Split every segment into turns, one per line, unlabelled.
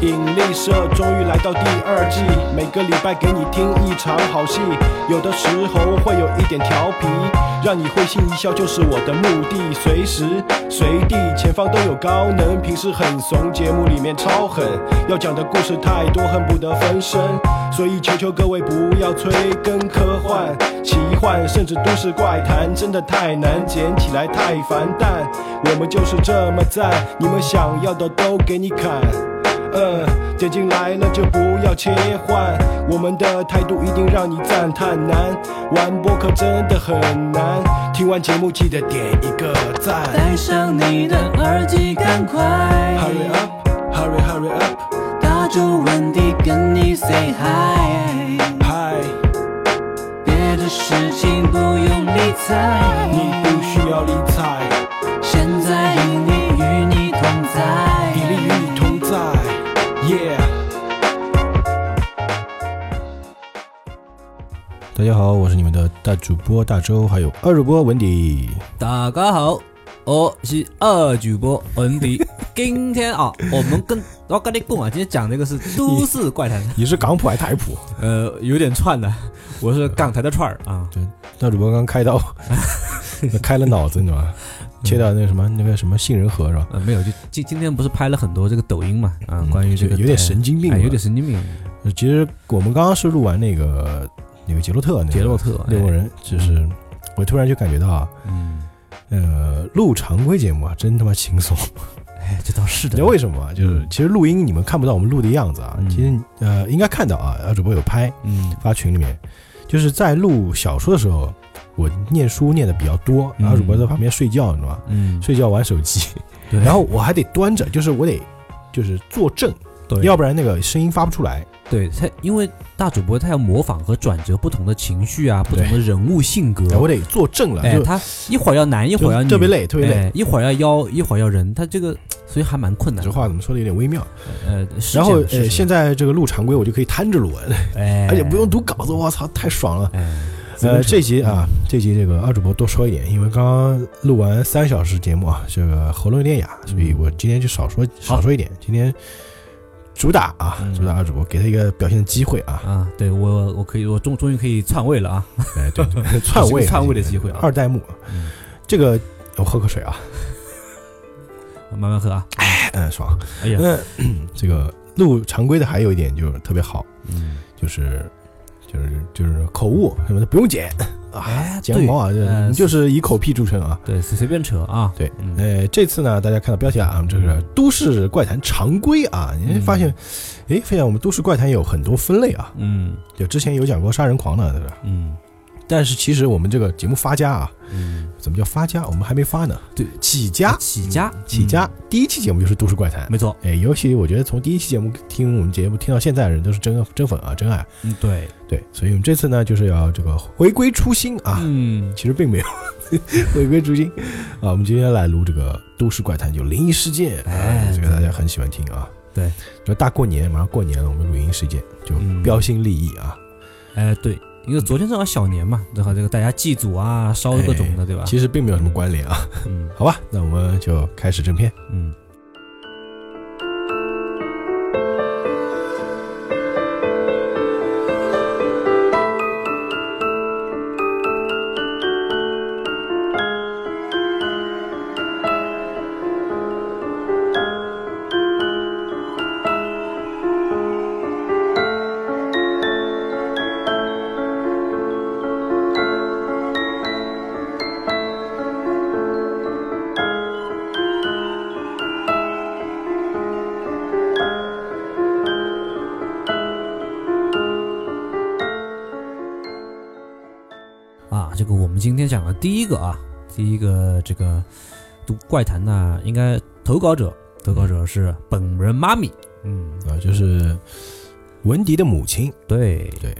引力社终于来到第二季，每个礼拜给你听一场好戏，有的时候会有一点调皮，让你会心一笑就是我的目的。随时随地前方都有高能，平时很怂，节目里面超狠，要讲的故事太多，恨不得分身。所以求求各位不要催更科幻、奇幻，甚至都市怪谈，真的太难，捡起来太烦。但我们就是这么赞，你们想要的都给你砍。嗯，点进来了就不要切换，我们的态度一定让你赞叹难。玩播客真的很难，听完节目记得点一个赞。
戴上你的耳机，赶快
Hurry up, hurry hurry up,
打住问题，跟你 say hi，
嗨，
别的事情不用理睬，
你不需要理睬，
现在引力与你同在，
引力与你同在，Yeah。
大家好，我是你们的大主播大周，还有二主播文迪。
大家好，我是二主播文迪。 今天啊，我们跟我跟你讲啊，今天讲 这个是都市怪谈，
你是港普还是台普？
呃，有点串的，我是港台的串儿啊。
大主播刚开 刀，开了脑子，你知道吗？
嗯
切到那个什么那个什么杏仁核是吧？
呃，没有，就今今天不是拍了很多这个抖音嘛，啊，关于这个
嗯有点神经病
哎
吧
有点神经病。
其实我们刚刚是录完那个那个杰洛特那个
杰洛特 哎
六个人，就是我突然就感觉到啊，
嗯，
呃，录常规节目啊，真他妈轻松。
哎，这倒是
你知
的
道。为什么吗？就是其实录音你们看不到我们录的样子啊，
嗯
其实呃应该看到啊，二主播有拍
嗯
发群里面，就是在录小说的时候，我念书念的比较多，然后
嗯
主播在旁边睡觉，你知道吗？
嗯，
睡觉玩手机，
对
然后我还得端着，就是我得就是坐正，
对
要不然那个声音发不出来。
对他，因为大主播他要模仿和转折不同的情绪啊，不同的人物性格。
我得坐正了，
哎，
就
他一会儿要男，一会儿要
就
女，
特别累，特别累。
哎，一会儿要妖，一会儿要人，他这个所以还蛮困难
这
的。
话怎么说的有点微妙。
呃，
然后
呃，
呃，现在这个录常规，我就可以摊着录了，
哎，
而且不用读稿子，我操，太爽 了。
哎，
呃，这集啊，这集这个二主播多说一点，因为刚刚录完三小时节目啊，这个喉咙有点哑，
嗯
所以我今天就少说少说一点。今天主打啊，
嗯
主打二主播，给他一个表现的机会啊，
啊，对我我可以，我终终于可以篡位了啊！
哎，对， 对篡位啊
篡位的机会啊
二代目
嗯。
这个我喝口水 啊，
慢慢喝啊！
嗯，爽。
哎呀，
嗯， 这个录常规的还有一点就是特别好，
嗯，
就是就是就是口误什么的不用 剪啊
哎，
剪个毛啊，
对
这
呃
就是以口癖著称啊。
对，随随便扯啊！
对
嗯，
呃，这次呢，大家看到标题啊，这个都市怪谈常规啊，你会发现，哎，发现我们都市怪谈有很多分类啊，
嗯
就之前有讲过杀人狂的，对吧？
嗯
但是其实我们这个节目发家啊，
嗯，
怎么叫发家？我们还没发呢。
对，
起家，嗯
起家嗯
起家，第一期节目就是都市怪谈。
没错，
哎，尤其我觉得从第一期节目听我们节目听到现在的人都是真真粉啊，真爱。
嗯对，
对，所以我们这次呢，就是要这个回归初心啊，
嗯
其实并没有 回归初心啊。我们今天来录这个都市怪谈，有灵异事件，
哎
啊这个大家很喜欢听啊。
对，
就大过年马上过年了，我们录音事件就
嗯
标新立异啊。
哎对，因为昨天正好小年嘛，正好这个大家祭祖啊，烧各种的，对吧？
其实并没有什么关联啊，
嗯
好吧，那我们就开始正片。
嗯啊，这个我们今天讲的第一个啊，第一个这个读怪谈呢，应该投稿者投稿者是本人妈咪，嗯
啊，就是文迪的母亲，
对
对。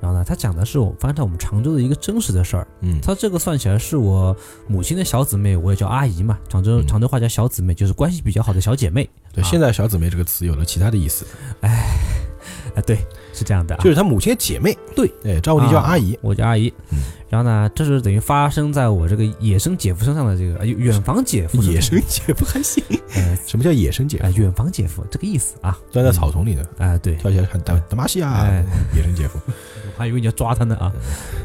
然后呢，他讲的是我发生在我们常州的一个真实的事儿。
嗯，
他这个算起来是我母亲的小姊妹，我也叫阿姨嘛。常州
嗯
常州话叫小姊妹，就是关系比较好的小姐妹。
对，
啊
现在小姊妹这个词有了其他的意思，
啊，对，是这样的啊
就。是他母亲姐妹，
对，
哎，赵无敌叫
啊
阿 姨，
我叫阿姨
嗯，
然后呢，这是等于发生在我这个野生姐夫身上的这个啊，远房姐夫身上，
野生姐夫还 行。
呃
什么叫野生姐夫
啊，？远房姐夫这个意思啊，
钻在草丛里的，
啊，对，
跳起来喊达达玛西亚
哎，
啊野生姐夫。
我还以为你要抓他呢啊。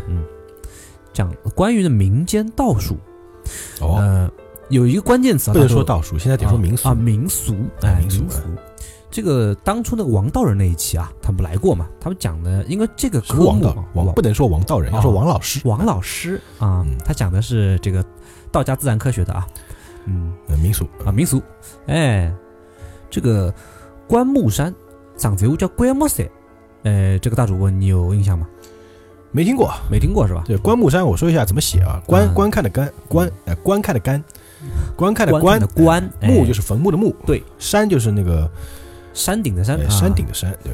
嗯，讲关于的民间道术，
哦，
呃，有一个关键词啊，
不能
他
说道术，现在得说民俗
啊，。民俗，哎，
民俗
俗。这个当初那个王道人那一期啊，他们来过嘛？他们讲的，因为这个
什
科
么王
目
道
啊
王不能说王道人，
啊
要说王老师。
王老师啊
嗯，
他讲的是这个道家自然科学的啊，嗯
呃民俗
啊，民俗，哎，这个关木山上节屋叫关木山，呃，这个大主播你有印象吗？
没听过。
没听过是吧？
啊对，观木山，我说一下怎么写啊？观
嗯
观看的观，观呃观看的观，观看的
观看
观哎
的，关
木就是是坟墓的墓，
对，
山就是那个
山顶的山
呃，
啊
山顶的山，对。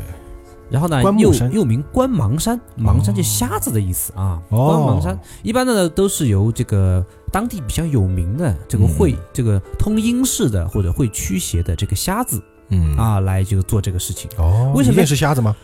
然后呢，
关木
又
山
又名关芒山，芒山就瞎子的意思啊。
哦
关芒山一般呢都是由这个当地比较有名的这个
嗯
会、这个通音式的或者会驱邪的这个瞎子
嗯，
啊来就做这个事情。
哦，
为什么
你认识瞎子吗？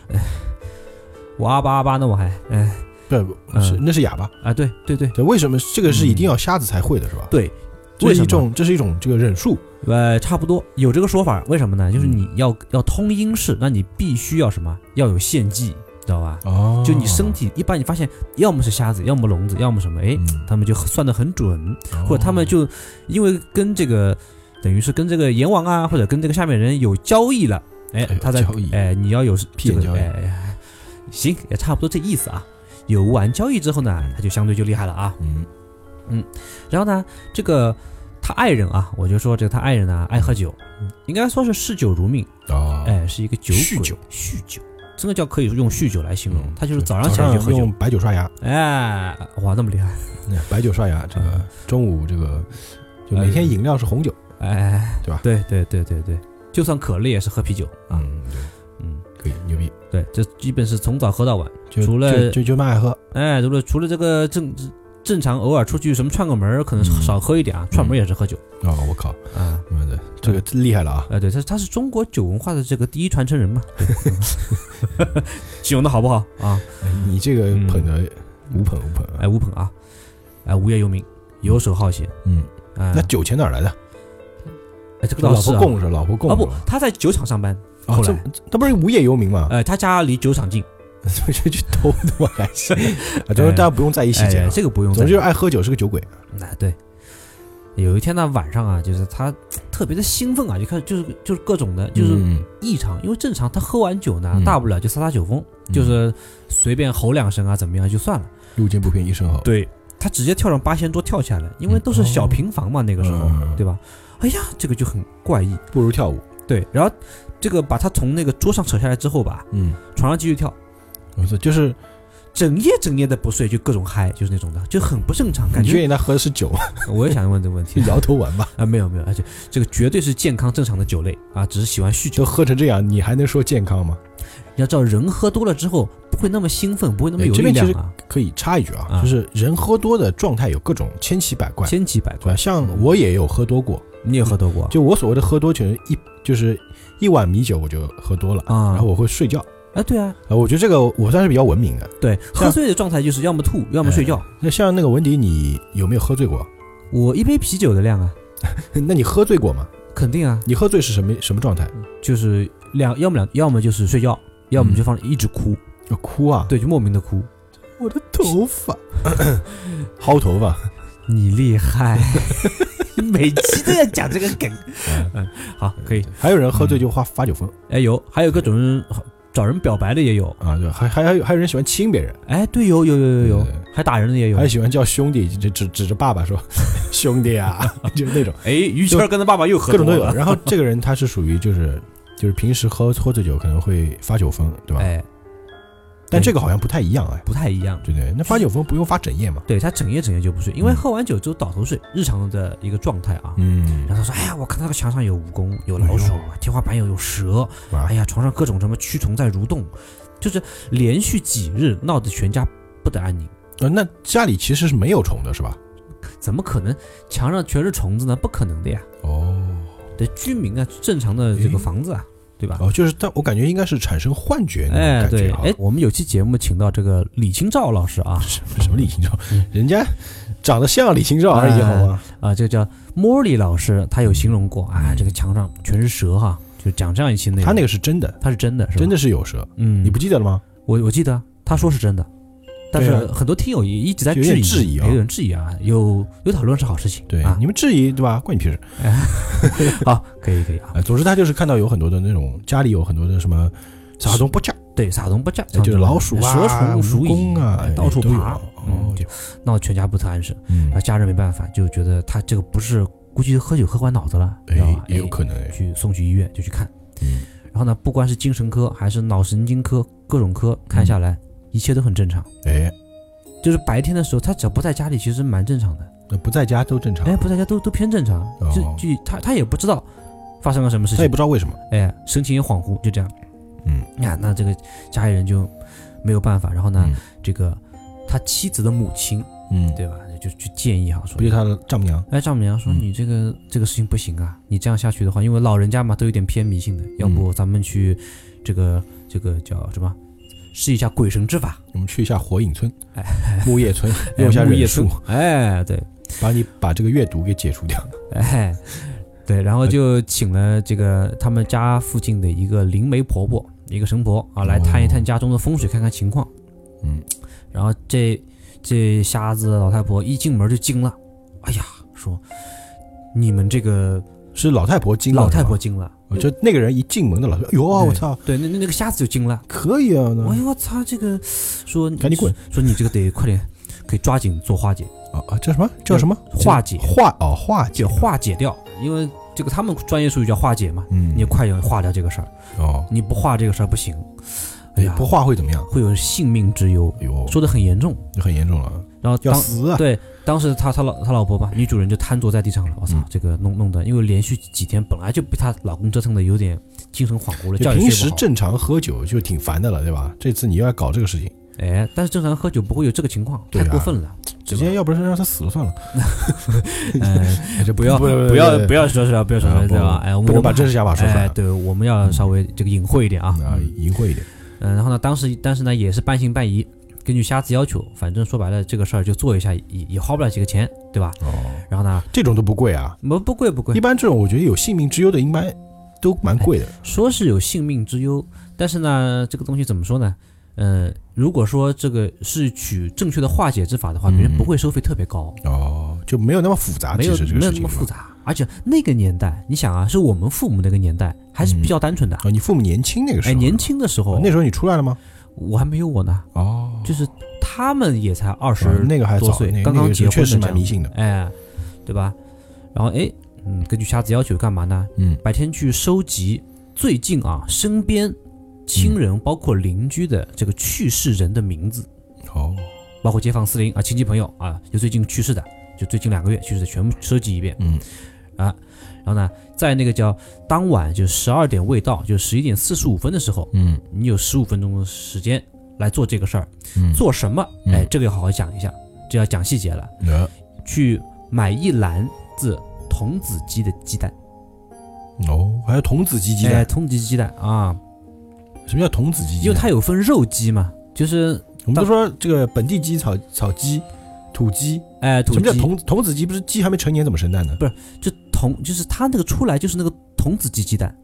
我阿巴阿巴呢，我还哎
不
嗯
是，那是哑巴。
啊对对对
对，为什么这个是一定要瞎子才会的，是吧？
嗯对，
这
为
是
什
一
么？
种，这是一种这个忍术。
呃，差不多有这个说法，为什么
嗯
呢？就是你要要通音式，那你必须要什么？要有献祭，知道吧？
哦
就你身体一般，你发现要么是瞎子，要么聋子，要么什么，哎，他们就算得很准。
他
或者他们就因为跟这个等于是跟这个阎王啊，或者跟这个下面人有交易了，哎
哎，
他在
交易
哎，你要有
屁
这
眼
个
交易
哎，哎行，也差不多这意思啊。有完交易之后呢，他就相对就厉害了啊。
嗯
然后呢，这个他爱人啊，我就说这个他爱人啊，爱喝酒，应该说是嗜酒如命，
哦，
哎，是一个酒
酗
鬼，
酒
酆酒，真的叫可以用酗酒来形容
嗯。
他就是早上
早
起来
上
就喝酒嗯
用，白酒刷牙，
哎，哇，那么厉害，
那白酒刷牙，这个中午这个就每天饮料是红酒，
哎，
对吧
对对对对对，就算渴了也是喝啤酒啊。
嗯，对，
嗯，
可以牛逼。
对，这基本是从早喝到晚。
就
除了
就就就蛮爱喝，
哎，除了除了这个正正常偶尔出去什么串个门儿，可能
嗯
少喝一点啊，串门儿也是喝酒
哦，我靠，
啊。
妈的，这个厉害了啊！
哎，对，他他是中国酒文化的这个第一传承 人嘛，对形容的好不好啊？
你这个
嗯
捧的无捧无捧啊，
哎，吴鹏啊，哎，无业游民，游手好闲，
嗯，
啊，
那酒钱哪儿来的？
哎这个倒
老
是
婆
啊
供着，老婆供
啊
着
不，他在酒厂上班，
啊
后
这
来
这不是无业游民吗？
呃，他家离酒厂近，
这就去偷的嘛，还是啊，总之大家不用在意细节
哎，
啊，
这个不用
总
再
之就是爱喝酒是个酒鬼，啊
哎，对。有一天呢，晚上啊，就是他特别的兴奋啊，就开始就是就是各种的，就是
嗯
异常，因为正常他喝完酒呢
嗯，
大不了就撒撒酒疯，
嗯
就是随便吼两声啊，怎么样就算了。
路见不平一声吼，
对他直接跳上八仙桌跳起来了，因为都是小平房嘛，那个时候
哦嗯，
对吧？哎呀，这个就很怪异。
不如跳舞，
对，然后这个把他从那个桌上扯下来之后吧，
嗯，
床上继续跳，
我说就是
整夜整夜的不睡，就各种嗨，就是那种的，就很不正常，感
你确
觉。
定他喝的是 酒吗，
我也想问这个问
就
题
摇头 丸吧，
啊，没有没有，而且这个绝对是健康正常的酒类啊，只是喜欢酗酒。
就喝成这样，你还能说健康吗？
要知道，人喝多了之后不会那么兴奋，不会那么
哎
有
这
力
边其
量
实
啊，
可以插一句啊，
啊
就是人喝多的状态有各种千奇百怪，嗯
千奇百
对吧？
怪。
像我也有喝多过，
你也喝多过啊？
就我所谓的喝多，就是一就是一碗米酒我就喝多了，
啊
然后我会睡觉，
啊，对啊，
啊，我觉得这个我算是比较文明的。
对，
像哎
喝醉的状态就是要么吐，要么睡觉。
那像那个文迪，你有没有喝醉过？
我一杯啤酒的量啊，
那你喝醉过吗？
肯定啊，
你喝醉是什么什么状态？
就是两，要么两，要么就是睡觉，要
嗯
么就放一直哭，
要哭啊！，
对，就莫名的哭。
我的头 发，薅头发。
你 厉害，每期都要讲这个梗。
哎
嗯，好，可以。
还有人喝醉就发发酒疯
哎，有，还有各种人找人表白的也有。
啊，对，还还还有还有人喜欢亲别人，
哎，对，有有有有有
对，
还打人的也有
还。喜欢叫兄弟，就指指着爸爸说 兄弟 啊，就那种
哎，于谦儿跟他爸爸又喝
各种都
多
有。
了。
然后这个人他是属于就是就是平时喝喝醉酒可能会发酒疯，对吧？
哎，
但这个好像不太一样哎，
不太一样。
对不对？那发酒疯不用发整夜嘛？
对他整夜整夜就不睡，因为
嗯
喝完酒之后倒头睡，日常的一个状态啊。
嗯
然后他说：“哎呀，我看那个墙上有蜈蚣，有老鼠
哎，啊
天花板有有蛇，
哇
哎呀，床上各种什么蛆虫在蠕动，就是连续几日闹得全家不得安宁。
呃，那家里其实是没有虫的，是吧？
怎么可能墙上全是虫子呢？不可能的呀！
哦，
对，居民啊，正常的这个
诶
房子啊，对吧？
哦，就是但我感觉应该是产生幻觉那
哎，
种感
对
觉，啊。
哎，我们有期节目请到这个李清照老 师啊，
什么什么李清照，人家长得像李清照而已，
哎
好吗？
啊，这个叫莫里老师，他
嗯
有形容过啊，这个墙上全是蛇哈，就讲这样一期内容。
他那个是真的，
他是真的，是吧？
真，的是有蛇，
嗯，
你不记得了吗？
我我记得啊他说是真的，但是
对啊
很多听友也一直在
有点
质疑，
质疑啊
有点质疑啊，有有讨论是好事情，
对，
啊
你，们质疑对吧？关你屁事。
好，可以可以啊，
哎，总之他就是看到有很多的那种家里有很多的什么啥东不叫，
对，撒虫不嫁，
哎就是老鼠啊、
蛇虫、鼠
蜈
蚁
蚣啊
哎，到处
哎都有
爬，
哦
嗯，，
对
闹得全家不得安生，
嗯
那，家人没办法，就觉得他这个不是，估计喝酒喝坏脑子了，知道
哎
吧，？
也有
哎
可能，哎
去送去医院就去看。
嗯
然后呢，不管是精神科还是脑神经科，各种科看下
嗯
来，一切都很正常。
哎，
就是白天的时候，他只要不在家里，其实蛮正常的。
那不在家都正常，
哎，不在家都都偏正常，
哦
就就他他也不知道发生了什么事
他也
情
不，知道为什么，
哎，神情也恍惚，就这样。哎
嗯，
呀，那这个家里人就没有办法。然后呢，
嗯
这个他妻子的母亲，
嗯，
对吧？就去建议哈，说
不就他的丈母娘，
哎，丈母娘说
嗯
你这个、这个事情不行啊，你这样下去的话，因为老人家嘛都有点偏迷信
嗯
的，要不咱们去这个这个叫什么，试一下鬼神之法，
我们去一下火影村
哎、
木叶村，用一下
哎木叶
忍
村
术，，
哎，对，
把你把这个阅读给解除掉。
哎，对，然后就请了这个他们家附近的一个灵媒婆婆，一个神婆啊，来探一探家中的风水，看看情况。
哦嗯，
然后这这瞎子老太婆一进门就惊了，哎呀，说你们这个
是老太婆惊了，
老太婆惊了，
是吧，就那个人一进门的老太婆，哟，哎我操，
对，那那那个瞎子就惊了。
可以啊，那
哎呦我操，这个说
赶紧滚，
说你这个得快点，可以抓紧做化解，
啊啊，叫什么叫什么
化解
化哦化解
就化解掉，因为这个他们专业术语叫化解嘛，
嗯
你也快点化掉这个事儿，
哦，
你不化这个事儿不行，哎
你
呀，
不化会怎么样？
会有性命之忧，
哎呦，
说的很严重。
就很严重了，
然后
要
当
死啊！
对当时他他老他老婆吧，女主人就瘫坐在地上了，我操
嗯，
这个弄弄的，因为连续几天本来就被她老公折腾的有点精神恍惚了，
就
觉也
平
睡
时
不好，
正常喝酒就挺烦的了，对吧？这次你又要搞这个事情，
哎，但是正常喝酒不会有这个情况，
对
太
啊
过分了，
直接要不是让他死了算了，
哎
哎这
不要
不
不要不要说出来，不要说出来，
啊
对吧？
不
哎，我
不
们
能把真实想法说出来
哎，对，我们要稍微这个隐晦一点啊。
啊，淫秽一点，
嗯，然后呢，当时但是呢也是半信半疑，根据瞎子要求，反正说白了这个事儿就做一下，也也花不了几个钱，对吧？
哦，
然后呢，
这种都不贵啊，
不不贵不
一
贵，
般这种我觉得有性命之忧的，一般都蛮贵的，
说是有性命之忧，但是呢，这个东西怎么说呢？呃，如果说这个是取正确的化解之法的话，别人
嗯
不会收费特别高，
哦，就没有那么复杂，
没
其
有
实这
没
个
有
事
那
情啊
么复
嘛
杂，而且那个年代，你想啊，是我们父母那个年代，还是比较单纯的。
啊，你父母年轻那个时
哎，
候，啊哦
年轻的时候，
那时候你出来了吗？
我还没有我呢，
哦，
就是他们也才二十、
啊那个还
多
早，
岁
那个
刚
那
刚
个
结
是
婚
确实
的这
蛮
样
迷信的，
哎，对吧？然后哎，嗯，根据瞎子要求干嘛呢？
嗯，
白天去收集最近啊身边亲
嗯
人、包括邻居的这个去世人的名字，
哦，
包括街坊四邻啊、亲戚朋友啊，就最近去世的，就最近两个月去世的全部收集一遍。啊
嗯，
然后呢，在那个叫当晚就十二点未到，就十一点四十五分的时候，
嗯
你有十五分钟的时间来做这个事儿。
嗯，
做什么？
嗯
哎，这个要好好讲一下，这要讲细节了。
呃
去买一篮子童子鸡的鸡蛋，
哦，还有童子鸡鸡蛋
哎，，童子鸡鸡蛋啊，
什么叫童子鸡鸡蛋？
因为它有分肉鸡嘛，就是
我们都说这个本地鸡、草草鸡、土鸡，
哎，土
什么叫
鸡，
童童子鸡？不是鸡还没成年怎么生蛋呢？
就童，就是它那个出来就是那个童子鸡鸡蛋，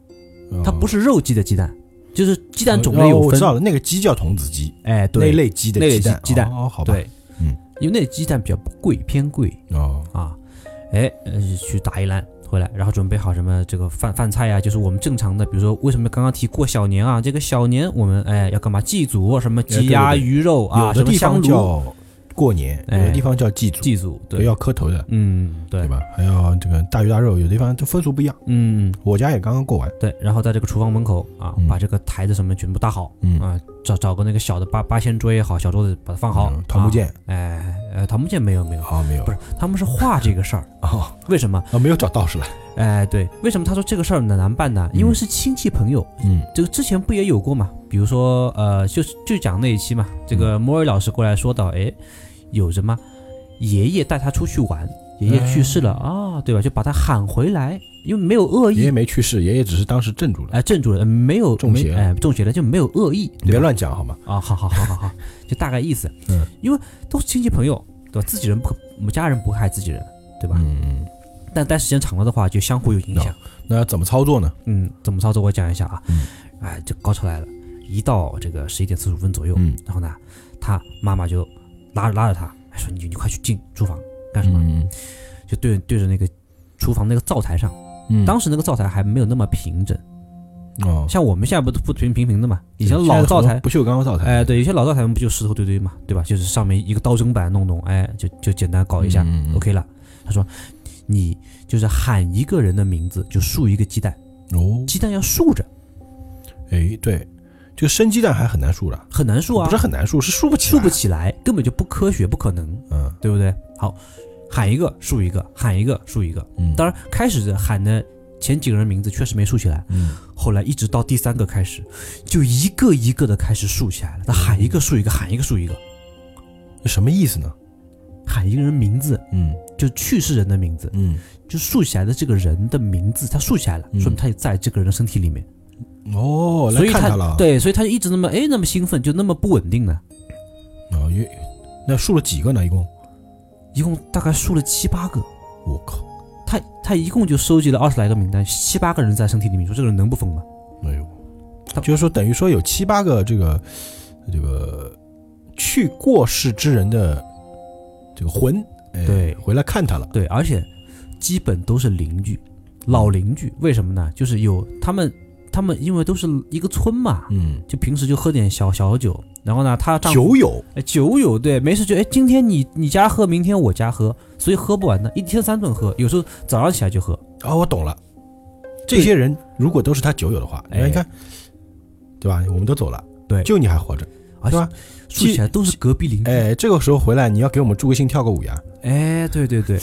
它不
是
是肉鸡的鸡蛋，就是鸡蛋种类有
哦我
分
知，道了，那个鸡叫童子鸡，
哎，
那
对，
类鸡的
那类
鸡蛋，
鸡鸡蛋
哦，好吧，
对，
嗯，
因为那鸡蛋比较贵，偏贵
哦，
啊，哎，呃去打一篮。回来，然后准备好什么这个饭饭菜啊，就是我们正常的，比如说为什么刚刚提过小年啊？这个小年我们哎要干嘛祭祖，什么
哎对
鸡
对
鸭
对
鱼肉啊，
有
什
的
么
地
香
方
炉
叫过年，有
哎
的地方叫祭祖，
祭祖，
对，
对，
要磕头的，
嗯，对
对吧？还有这个大鱼大肉，有的地方就风俗不一样。
嗯，
我家也刚刚过完，
对，然后在这个厨房门口啊，
嗯
把这个台子什么全部搭好，
嗯
啊，找找个那个小的八八仙桌也好，小桌子把它放好
嗯，桃木剑
啊，哎，呃，桃木剑没有没有，
啊没有，
不是，他们是画这个事儿，
哦
为什么？
啊没有找道士了，
哎，对，为什么他说这个事儿难办呢？因为是亲戚朋友，
嗯
这个之前不也有过嘛？比如说，呃，就是就讲那一期
嗯
嘛，这个莫尔老师过来说到，哎，有什么爷爷带他出去玩，爷爷去世了
哎
啊，对吧？就把他喊回来，因为没有恶
爷爷
意，
没去世，爷爷只是当时镇住了。
哎，镇住了，呃没有
中邪
没哎，中邪了就没有恶意，
你别乱讲好吗？
啊，好好好好好，就大概意思。
嗯，
因为都是亲戚朋友，对吧？自己人不可，我们家人不会害自己人，对吧？
嗯嗯。
但但时间长了的话，就相互有影响。
那怎么操作呢？
嗯，怎么操作我讲一下啊
嗯。
哎，就搞出来了，一到这个十一点四十五分左右，
嗯
然后呢，他妈妈就拉着拉着他，哎说你你快去进厨房干什么？
嗯
就对对着那个厨房那个灶台上，
嗯，
当时那个灶台还没有那么平整，
哦，
像我们现在不都不平平平的嘛，以前
现在
老灶
很
台
多不锈钢灶台，
哎，，对，有些老灶台不就石头堆堆嘛，对吧？就是上面一个刀砧板弄弄，哎，就就简单搞一下、
嗯嗯嗯
o k 了。他说，你就是喊一个人的名字，就竖一个鸡蛋，
哦，
鸡蛋要竖着，
哎，对，就生鸡蛋还很难竖了，
很难竖啊，
不是很难竖，是竖不起，
竖不，起来，根本就不科学，不可能，
嗯
对不对？好，喊一个竖一个，喊一个竖一个。
嗯，
当然，开始喊的前几个人名字确实没竖起来，
嗯，
后来一直到第三个开始，就一个一个的开始竖起来了。他喊一个竖一个，喊一个竖一个，
这什么意思呢？
喊一个人名字，
嗯
就去世人的名字。
嗯，
就竖起来的这个人的名字，他竖起来了，
嗯
说明他也在这个人的身体里面，
哦，来
所以
看了，，
对，所以他就一直那么哎那么兴奋，就那么不稳定呢。
哦，因为那竖了几个呢？一共，
一共大概竖了七八个，
我靠，
他他一共就收集了二十来个名单，七八个人在身体里面，说这个人能不疯吗？
哎呦
他，
就是说等于说有七八个这个这个去过世之人的这个魂，哎
对
回来看他了，
对，而且基本都是邻居，老邻居，为什么呢？就是有他们他们因为都是一个村嘛，
嗯，
就平时就喝点小小酒，然后呢，他丈夫
酒友，
哎，酒友对，没事就哎，今天你你家喝，明天我家喝，所以喝不完的，一天三顿喝，有时候早上起来就喝，
哦，我懂了。这些人如果都是他酒友的话，
哎
你看，对吧？我们都走了，
对
就你还活着，
而
对
且
吧？
住起来都是隔壁邻居。
哎，这个时候回来，你要给我们助个兴，跳个舞呀。
哎，对对对，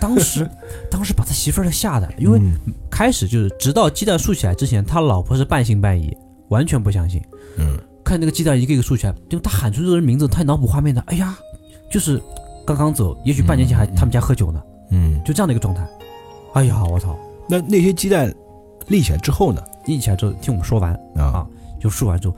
当时当时把他媳妇儿吓的，因为
嗯
开始就是直到鸡蛋竖起来之前，他老婆是半信半疑，完全不相信。
嗯，
看那个鸡蛋一个一个竖起来，因为他喊出这个人名字，他脑补画面的，哎呀，就是刚刚走，也许半年前还
嗯嗯
他们家喝酒呢，
嗯，
就这样的一个状态。哎呀，我操！
那那些鸡蛋立起来之后呢？
一起来之后听我们说完，
啊，
就竖完之后，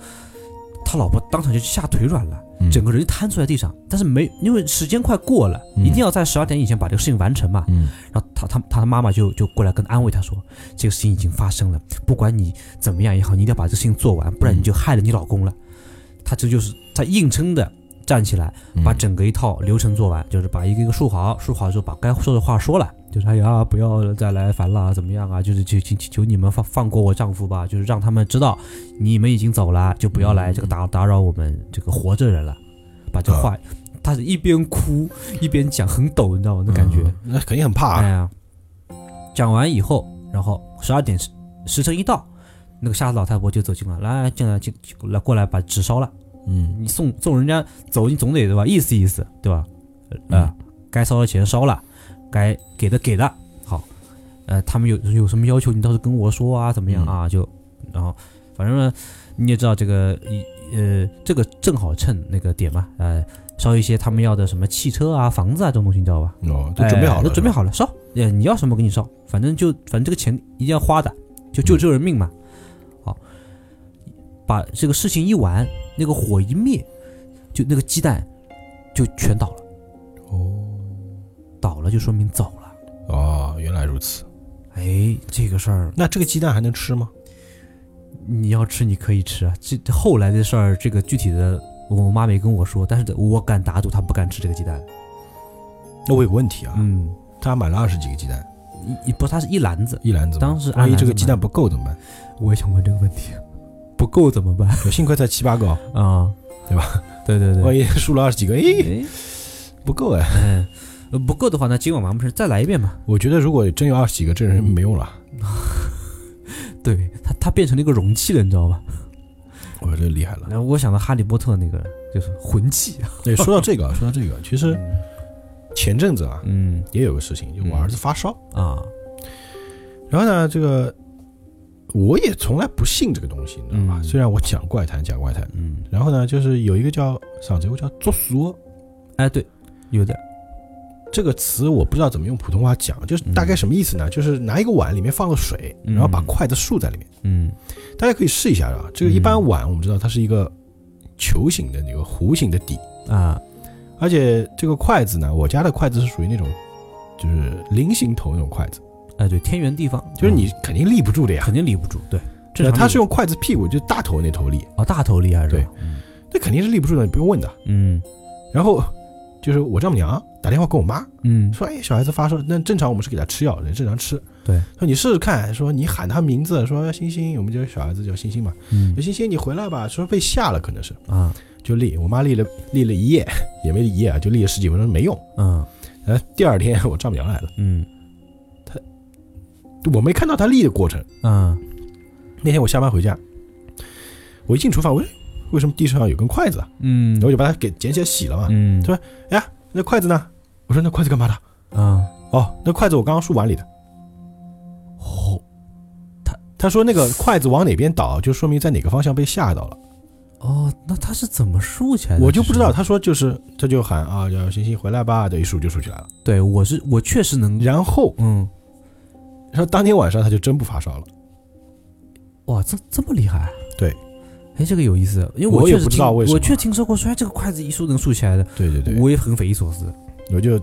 他老婆当场就吓腿软了，
嗯
整个人就瘫坐在地上。但是没因为时间快过了，
嗯
一定要在十二点以前把这个事情完成嘛。
嗯
然后他他他的妈妈就就过来跟安慰他说，这个事情已经发生了，不管你怎么样也好，你一定要把这个事情做完，不然你就害了你老公了。他这就是他硬撑的站起来，
嗯
把整个一套流程做完，就是把一个一个说好，说好之后把该说的话说了，就是哎呀，不要再来烦了，怎么样啊？就是求求求求你们放放过我丈夫吧，就是让他们知道你们已经走了，就不要来这个
嗯
打打扰我们这个活着人了。把这
啊
话，他是一边哭一边讲，很抖，你知道吗？那感觉，
嗯那肯定很怕啊。
哎呀，讲完以后，然后十二点时时辰一到，那个瞎子老太婆就走进来，来进来进来过来把纸烧了。
嗯
你送送人家走，你总得对吧？意思意思，对吧？呃，该烧的钱烧了，该给的给的，好。呃，他们有有什么要求，你到时候跟我说啊，怎么样啊？就然后反正呢，你也知道这个一呃，这个正好趁那个点嘛，呃，烧一些他们要的什么汽车啊、房子啊这种东西，你知道吧？
哦，都准备好
哎
了，
都准备好了，烧。呃，你要什么给你烧，反正就反正这个钱一定要花的，就救救人命嘛。好，把这个事情一完，那个火一灭，就那个鸡蛋就全倒了，
是吧。哦
倒了就说明走了。啊
哦，原来如此。
哎，这个事儿
那这个鸡蛋还能吃吗？
嗯你要吃你可以吃啊，这这后来的事儿，这个具体的我妈没跟我说，但是我敢打赌她不敢吃这个鸡蛋。
那我有个问题啊，
嗯，
他买了二十几个鸡蛋，
一一不，它是一篮子。
一篮子吗，
当时按
万一
篮
这
子
个鸡蛋不够怎么办？
我也想问这个问题，不够怎么办
有幸亏才七八个哦，
啊？
对
吧？对对对，
万一输了二十 几个，哎，
哎
不够哎。
嗯， 呃不够的话，那今晚晚上不是再来一遍嘛？
我觉得如果真有二十几个，这人没用了。
嗯对，它它变成了一个容器了，你知道吧？
我这厉害了。
然后我想到哈利波特那个就是魂器啊，
对，说到这个啊，说到这个，其实前阵子啊，
嗯
也有个事情，就我
嗯
儿子发烧，
啊
然后呢，这个我也从来不信这个东西，你知道吧？
嗯
虽然我讲怪谈，讲怪谈，
嗯，
然后呢，就是有一个叫上周叫作死窝，
哎对，有的
这个词我不知道怎么用普通话讲，就是大概什么意思呢？就是拿一个碗，里面放了水，
嗯
然后把筷子竖在里面。
嗯
大家可以试一下啊。这个一般碗我们知道它是一个球形的那个弧形的底，
啊
而且这个筷子呢，我家的筷子是属于那种就是菱形头那种筷子，
哎，对，天圆地方，
就是你肯定立不住的
嗯
呀。
肯定立不住，对，正
那
常
它
立
是用筷子屁股，就是大头那头立，
哦大头厉害是吧？
那肯定是立不住的，你不用问的。
嗯
然后就是我丈母娘打电话跟我妈
嗯
说：“哎，小孩子发烧，那正常我们是给他吃药，人正常吃。
对，
说你试试看，说你喊他名字，说星星，我们就小孩子叫星星嘛，
嗯
说星星你回来吧，说被吓了，可能是
啊
就立，我妈立了立了一夜，也没一夜啊，就立了十几分钟没用。
嗯
然后第二天我丈母娘来了，
嗯
我没看到她立的过程。
啊
那天我下班回家，我一进厨房，我说哎为什么地上有根筷子啊？
嗯
然后我就把它给捡起来洗了嘛。
嗯
说那筷子呢？我说那筷子干嘛的？
啊
哦，那筷子我刚刚竖碗里的。哦，他他说那个筷子往哪边倒，就说明在哪个方向被吓到了。
哦，那他是怎么竖起来的？
我哎就不知道，
这是
他说就是他就喊啊，叫星星回来吧，这一竖就竖起来了。
对我是我确实能，
然后
嗯，
然后当天晚上他就真不发烧了。
哇，这这么厉害？啊
对，
哎，这个有意思，因为
我也
确实
不知道
听
为什
我
么
确听说过说哎这个筷子一竖能竖起来的，
对对对，
我也很匪夷所思。
我就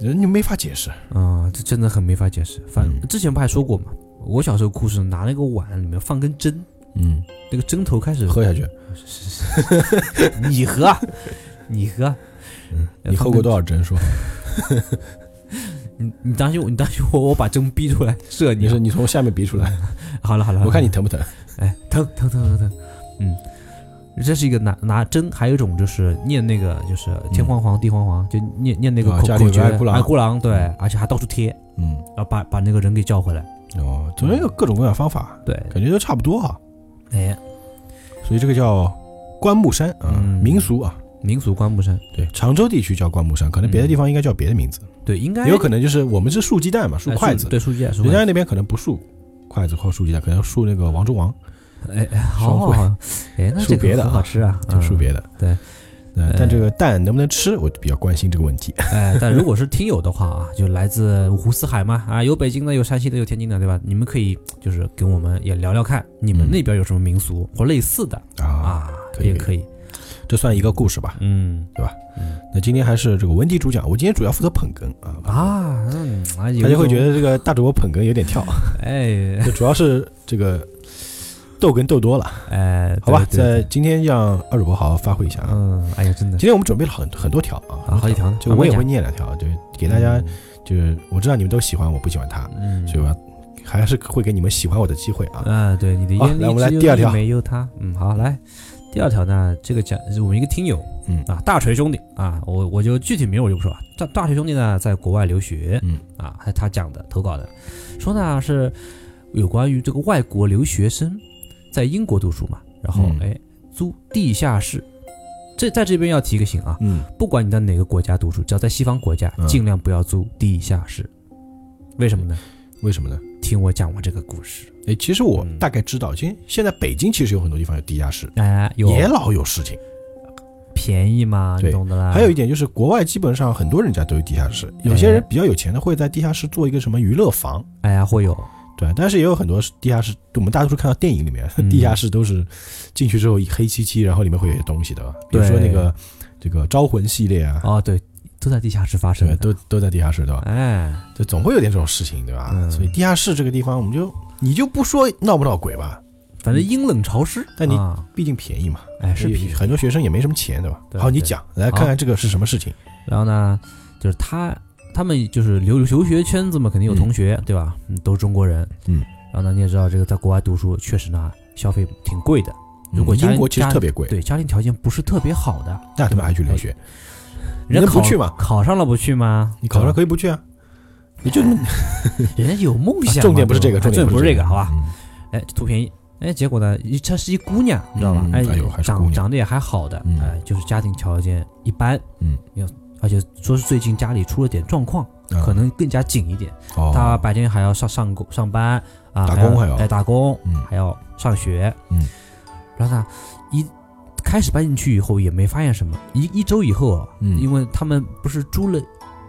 人就没法解释。
啊、这真的很没法解释。反
嗯
之前不还说过嘛，我小时候哭是拿那个碗里面放根针，
嗯，
那个针头开始
喝下去，
你喝啊，你喝啊，
嗯你喝过多少针？ 说，
你你担心我，你担心我，我把针逼出来射你
你。说你从下面鼻出 来，
好了好了，
我看你
疼，
疼不疼？
哎，疼疼疼疼疼，嗯。这是一个拿拿针，还有一种就是念那个就是天黄黄地黄黄，就念念那个
嗯啊
口
家里
口
有个
诀
爱姑郎
爱姑郎，对
嗯，
而且还到处贴，
嗯，
然后把把那个人给叫回来，
哦，总之有各种各样的方法，
对，
感觉都差不多啊。
哎，
所以这个叫棺木山啊，
嗯
民俗啊，
民俗关不上，
对，常州地区叫棺木山，可能别的地方应该叫别的名字，
对，应该
也有可能就是我们是竖鸡蛋嘛，竖
哎
筷子，
嗯对，竖鸡，竖
人
筷子
家那边可能不竖筷子或竖鸡蛋，可能竖那个王中王，
哎哎，好
双
好
汇
好，哎，那
数
这个
别的
很
啊
好吃啊，
就竖
嗯
别的。
对
呃，但这个蛋能不能吃，我比较关心这个问题。
哎，但如果是听友的话啊，就来自五湖四海嘛，啊，有北京的，有山西的，有天津的，对吧？你们可以就是跟我们也聊聊看，你们
嗯
那边有什么民俗或类似的
啊，
啊，
可以
也
可
可以，
这算一个故事吧。
嗯
那今天还是这个文迪主讲，我今天主要负责捧哏啊，
啊，嗯啊，
大
大
家会觉得这个大主播捧哏有点跳，
哎
这主要是这个逗哏逗多了，
哎，
好吧？
对对
在
对
今天让二主播好好发挥一下啊。
嗯，哎呀，真的
今天我们准备了很很多条啊，
啊，好几条呢，
就
慢慢
我也
讲
会念两条，就给大家，就是我知道你们都喜欢我不喜欢他，
嗯，
所以我要还是会给你们喜欢我的机会啊。
啊，对，你的
好
眼
来我
里
们来
只有
第二
你
条
没有他。嗯，好，来第二条呢，这个讲是我们一个听友，
嗯
啊，大锤兄弟啊，我我就具体名我就不说了。大大锤兄弟呢，在国外留学，
嗯
啊，他他讲的投稿的，说呢是有关于这个外国留学生在英国读书嘛，然后
嗯
哎、租地下室。这在这边要提个醒啊，
嗯，
不管你在哪个国家读书，只要在西方国家，
嗯
尽量不要租地下室。为什么呢？
为什么呢？
听我讲完这个故事。
哎，其实我
嗯
大概知道，其实现在北京其实有很多地方有地下室，
哎，有
也老有事情。
便宜嘛，你
对
懂的啦。
还有一点就是，国外基本上很多人家都有地下室，有些人比较有钱的会在地下室做一个什么娱乐房，
哎呀，会有，
对。但是也有很多地下室，我们大多数看到电影里面
嗯
地下室都是进去之后黑漆漆，然后里面会有些东西的，比如说
对
那个这个招魂系列啊，
哦，对，都在地下室发生
对，
的，
都都在地下室，对吧？
哎，
就总会有点这种事情，对吧？
嗯
所以地下室这个地方，我们就你就不说闹不闹鬼吧，
反正阴冷潮湿，
但你
啊
毕竟便宜嘛，
哎是
也
便宜。
很多学生也没什么钱，对吧？
对
好，你
对
讲，来看看这个是什么事情。
然后呢，就是他他们就是留留学圈子嘛，肯定有同学、对吧？嗯，都是中国人，
嗯。
然后呢，你也知道这个在国外读书确实呢消费挺贵的，如果
嗯
家
英国其实
家
特别贵，
对家庭条件不是特别好的，
那他们还去留学？
人
能
家
不
考
去吗？
考上了不去吗？
你考上可以不去啊？你就
人家有梦想嘛、
重点不是这个，重
对吧哎啊重
点
不
是
是这
个，
个，好吧？
嗯？
哎，图便宜。哎，结果呢，一她是一姑娘，知道吧？
嗯
哎
哎呦还，是姑
长
娘
长得也还好的，
嗯
哎，就是家庭条件一般，
嗯，
要而且说是最近家里出了点状况，
啊
嗯可能更加紧一点。
哦
她白天还要上上工上班啊，
打
还要
工还要
哎打工，
嗯
还要上学，
嗯。
然后呢，一开始搬进去以后也没发现什么，一一周以后啊，
嗯
因为他们不是租了